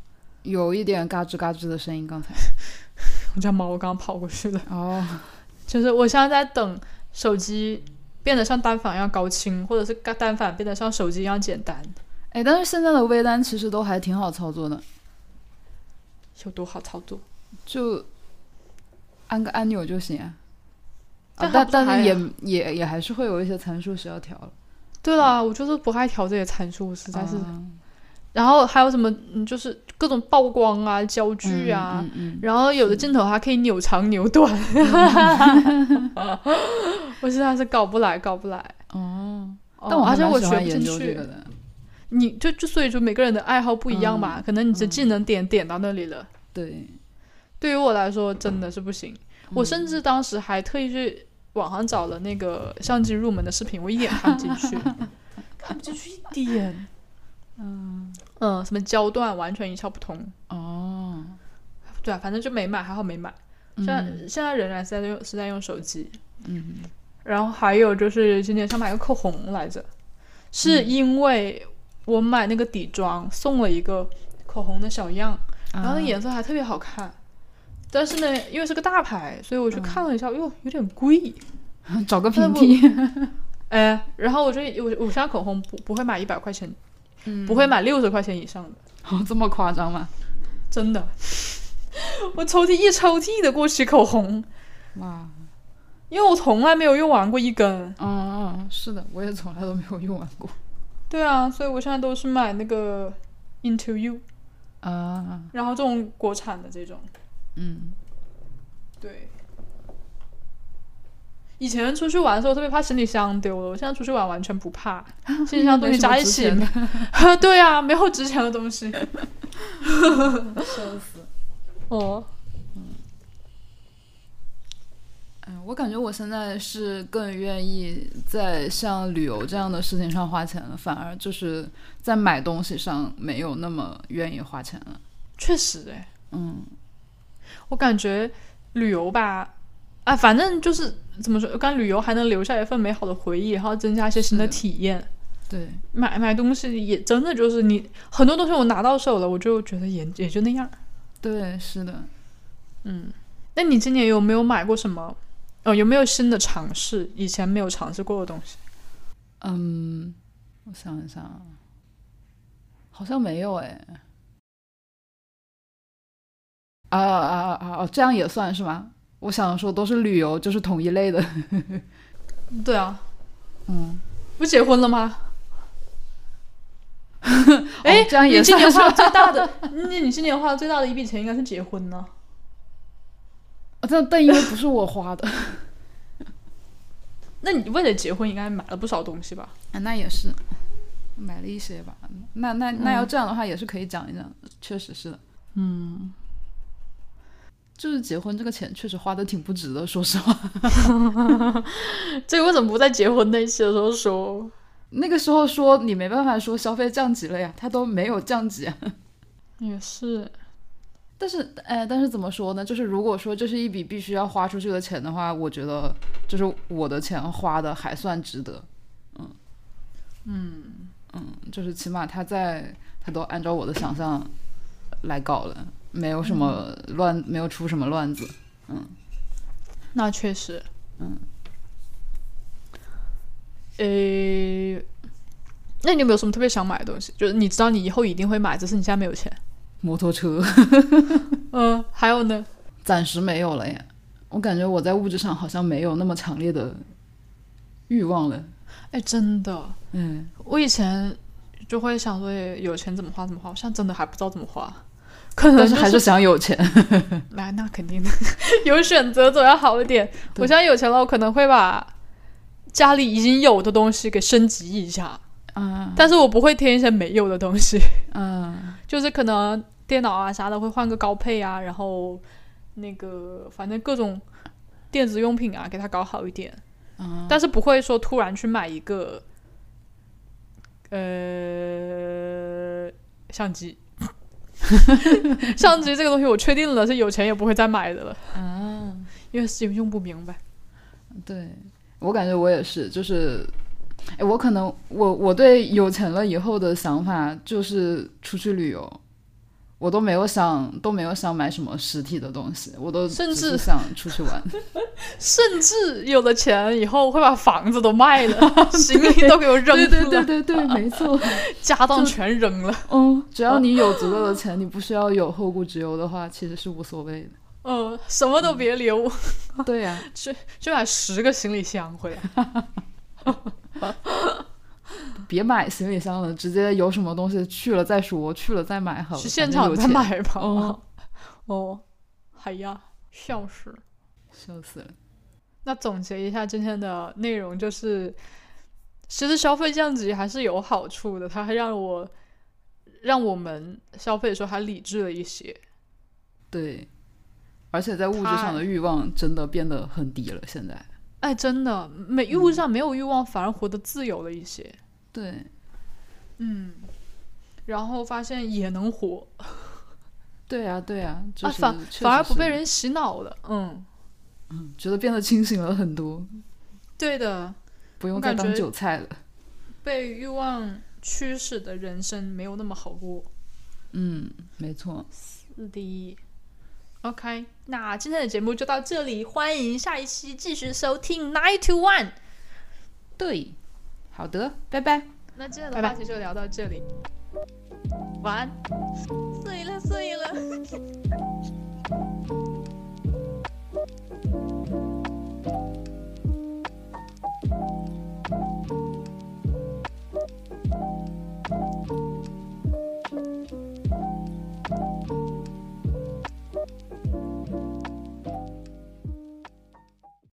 Speaker 1: 有一点嘎吱嘎吱的声音，刚才。
Speaker 2: 我家猫刚跑过去了。
Speaker 1: 哦，
Speaker 2: 就是我现在在等手机变得像单反一样高清，或者是单单反变得像手机一样简单，
Speaker 1: 哎，但是现在的微单其实都还挺好操作的，
Speaker 2: 有多好操作？
Speaker 1: 就按个按钮就行啊。啊
Speaker 2: 但
Speaker 1: 但
Speaker 2: 它不是
Speaker 1: 但
Speaker 2: 还啊
Speaker 1: 是也也也还是会有一些参数需要调了，
Speaker 2: 对啦，我就是不爱调这些参数，实在是。
Speaker 1: 啊
Speaker 2: 然后还有什么，嗯，就是各种曝光啊、焦距啊，
Speaker 1: 嗯嗯嗯
Speaker 2: 然后有的镜头还可以扭长扭短，
Speaker 1: 嗯
Speaker 2: [LAUGHS] 我实在是搞不来，搞不来。
Speaker 1: 哦，
Speaker 2: 哦
Speaker 1: 但我还
Speaker 2: 而且
Speaker 1: 蛮
Speaker 2: 我
Speaker 1: 喜
Speaker 2: 学
Speaker 1: 欢
Speaker 2: 不
Speaker 1: 研
Speaker 2: 进
Speaker 1: 究这
Speaker 2: 去
Speaker 1: 个，的，
Speaker 2: 你就就所以说每个人的爱好不一样
Speaker 1: 嗯
Speaker 2: 嘛，可能你的技能点点到那里了。
Speaker 1: 对，嗯
Speaker 2: 对于我来说，真的是不行。我甚至当时还特意去网上找了那个相机入门的视频，我一眼看不进
Speaker 1: [LAUGHS]
Speaker 2: 去，看不进去一点。
Speaker 1: 嗯，
Speaker 2: 嗯，什么焦段完全一窍不通。
Speaker 1: 哦，
Speaker 2: 对啊，反正就没买，还好没买。现在、
Speaker 1: 嗯
Speaker 2: 现在仍然是在用是在用手机。
Speaker 1: 嗯
Speaker 2: 然后还有就是今年想买个口红来着，
Speaker 1: 嗯
Speaker 2: 是因为我买那个底妆送了一个口红的小样，然后
Speaker 1: 啊
Speaker 2: 那颜色还特别好看。但是呢，因为是个大牌，所以我去
Speaker 1: 嗯
Speaker 2: 看了一下，哟、有点贵。
Speaker 1: 啊找个
Speaker 2: 但
Speaker 1: 平
Speaker 2: 我
Speaker 1: 替，
Speaker 2: 哎，然后我这我我现在口红不不会买一百块钱，
Speaker 1: 嗯
Speaker 2: 不会买六十块钱以上的，
Speaker 1: 哦，这么夸张吗？
Speaker 2: 真的。 [LAUGHS] 我抽屉一抽屉的过期口红，
Speaker 1: 哇，
Speaker 2: 因为我从来没有用完过一根。
Speaker 1: 嗯嗯，是的，我也从来都没有用完过
Speaker 2: 对啊，所以我现在都是买那个 Into You，
Speaker 1: 啊，
Speaker 2: 然后这种国产的这种。
Speaker 1: 嗯
Speaker 2: 对。以前出去玩的时候特别怕行李箱丢了，我现在出去玩完全不
Speaker 1: [LAUGHS]
Speaker 2: 怕，行李箱东西加一起
Speaker 1: 没什 [LAUGHS] 么值。
Speaker 2: [LAUGHS] 对啊，没有值钱的东
Speaker 1: [LAUGHS]
Speaker 2: 西。
Speaker 1: 笑死！
Speaker 2: 哦，
Speaker 1: 嗯，我感觉我现在是更愿意在像旅游这样的事情上花钱了，反而就是在买东西上没有那么愿意花钱了。
Speaker 2: 确实哎，
Speaker 1: 嗯
Speaker 2: 我感觉旅游吧，啊，反正就是怎么说，干旅游还能留下一份美好的回忆，然后增加一些新的
Speaker 1: 是的
Speaker 2: 体验。，
Speaker 1: 对，
Speaker 2: 买买东西也真的就是你很多东西我拿到手了，我就觉得也也就那样。
Speaker 1: 对，是的。
Speaker 2: 嗯，那你今年有没有买过什么？哦，有没有新的尝试？以前没有尝试过的东西？
Speaker 1: 嗯，我想一想啊，好像没有哎。啊啊啊啊！啊这样也算是吗？我想说都是旅游，就是同一类的。 [LAUGHS] 哦
Speaker 2: 对啊，
Speaker 1: 嗯，
Speaker 2: 不结婚了吗？
Speaker 1: 哦这样也
Speaker 2: 哎你今
Speaker 1: 算
Speaker 2: 年
Speaker 1: 是
Speaker 2: 花最大的， [LAUGHS] 那你今年花最大的一笔钱应该是结婚呢。
Speaker 1: [LAUGHS] 哦但但因为不是我花的，
Speaker 2: 那你为了结婚应该买了不少东西吧？
Speaker 1: 啊，那也是，买了一些吧。那那那要
Speaker 2: 嗯
Speaker 1: 这样的话，也是可以讲一讲，确实是的。
Speaker 2: 嗯，
Speaker 1: 就是结婚这个钱确实花的挺不值的，说实话。 [LAUGHS]
Speaker 2: 这个为什么不在结婚那一期的时候说？
Speaker 1: 那个时候说你没办法说消费降级了呀，它都没有降级啊。
Speaker 2: 也是，
Speaker 1: 但是，哎，但是怎么说呢？就是如果说这是一笔必须要花出去的钱的话，我觉得就是我的钱花的还算值得。
Speaker 2: 嗯，
Speaker 1: 嗯，就是起码他在他都按照我的想象来搞了，没有什么乱，没有出什么乱子。
Speaker 2: 那确实，
Speaker 1: 嗯。
Speaker 2: 诶，那你有没有什么特别想买的东西？就是你知道你以后一定会买，只是你现在没有钱。
Speaker 1: 摩托车
Speaker 2: 嗯，还有呢？
Speaker 1: 暂时没有了耶，我感觉我在物质上好像没有那么强烈的欲望了。
Speaker 2: 哎，真的，
Speaker 1: 嗯，
Speaker 2: 我以前就会想说，哎有钱怎么花怎么花，我现在真的还不知道怎么花，可能、
Speaker 1: 但
Speaker 2: 就是
Speaker 1: 还是想有钱。
Speaker 2: 那那肯定的， [LAUGHS] 有选择总要好一点。我
Speaker 1: 对
Speaker 2: 现在有钱了，我可能会把家里已经有的东西给升级一下，
Speaker 1: 啊
Speaker 2: 但是我不会添一些没有的东西，
Speaker 1: 啊
Speaker 2: 就是可能电脑啊啥的会换个高配啊，然后那个反正各种电子用品啊给它搞好一点，
Speaker 1: 啊！
Speaker 2: 但是不会说突然去买一个呃相
Speaker 1: [LAUGHS]
Speaker 2: 机。相机这个东西我确定了，是有钱也不会再买的了。
Speaker 1: 啊
Speaker 2: 因为是用不明白。
Speaker 1: 对，我感觉我也是，就是，哎，我可能我我对有钱了以后的想法就是出去旅游，我都没有想都没有想买什么实体的东西，我都
Speaker 2: 甚
Speaker 1: 只是
Speaker 2: 至
Speaker 1: 想出去玩。
Speaker 2: 甚至有了钱以后会把房子都卖
Speaker 1: [LAUGHS]
Speaker 2: 了，行李都给我扔
Speaker 1: 对
Speaker 2: 了，
Speaker 1: 对对对对，没
Speaker 2: [LAUGHS]
Speaker 1: 错。
Speaker 2: 家当全扔了。
Speaker 1: 嗯，只要你有足够的钱，你不需要有后顾之忧的话，其实是无所谓的。
Speaker 2: 嗯，什么都别留，啊
Speaker 1: 对
Speaker 2: [LAUGHS]
Speaker 1: 呀、
Speaker 2: 就买十个行李箱回来。
Speaker 1: 别买行李箱了，直接有什么东西去了再说，去了再买好了。
Speaker 2: 去
Speaker 1: 反
Speaker 2: 现
Speaker 1: 正
Speaker 2: 场
Speaker 1: 有
Speaker 2: 再
Speaker 1: 钱。
Speaker 2: 买吧。
Speaker 1: 哦
Speaker 2: [LAUGHS] 哦，哎呀，笑死！
Speaker 1: 笑死了。
Speaker 2: 那总结一下今天的内容，就是其实消费降级还是有好处的，它还让我让我们消费的时候还理智了一些。
Speaker 1: 对，而且在物质上的欲望真的变得很低了。现在，
Speaker 2: 哎，真的，
Speaker 1: 嗯
Speaker 2: 没物质上没有欲望，反而活得自由了一些。
Speaker 1: 对
Speaker 2: 嗯，然后发现也能活，
Speaker 1: 对呀、对呀、就
Speaker 2: 啊，
Speaker 1: 是、
Speaker 2: 反
Speaker 1: 确
Speaker 2: 反而
Speaker 1: 实
Speaker 2: 不
Speaker 1: 是
Speaker 2: 被人洗脑了。嗯，
Speaker 1: 嗯觉得变得清醒了很多，
Speaker 2: 对的，
Speaker 1: 不用
Speaker 2: 我
Speaker 1: 再
Speaker 2: 感
Speaker 1: 当
Speaker 2: 觉
Speaker 1: 韭菜了。
Speaker 2: 被欲望驱使的人生没有那么好过。
Speaker 1: 嗯，没错。
Speaker 2: 是的。OK，那今天的节目就到这里，欢迎下一期继续收听 Nine to One。
Speaker 1: 对，好的，拜拜。
Speaker 2: 那今天
Speaker 3: 拜
Speaker 2: 的
Speaker 3: 拜
Speaker 2: 话题就聊到这里，晚安。睡了，睡了。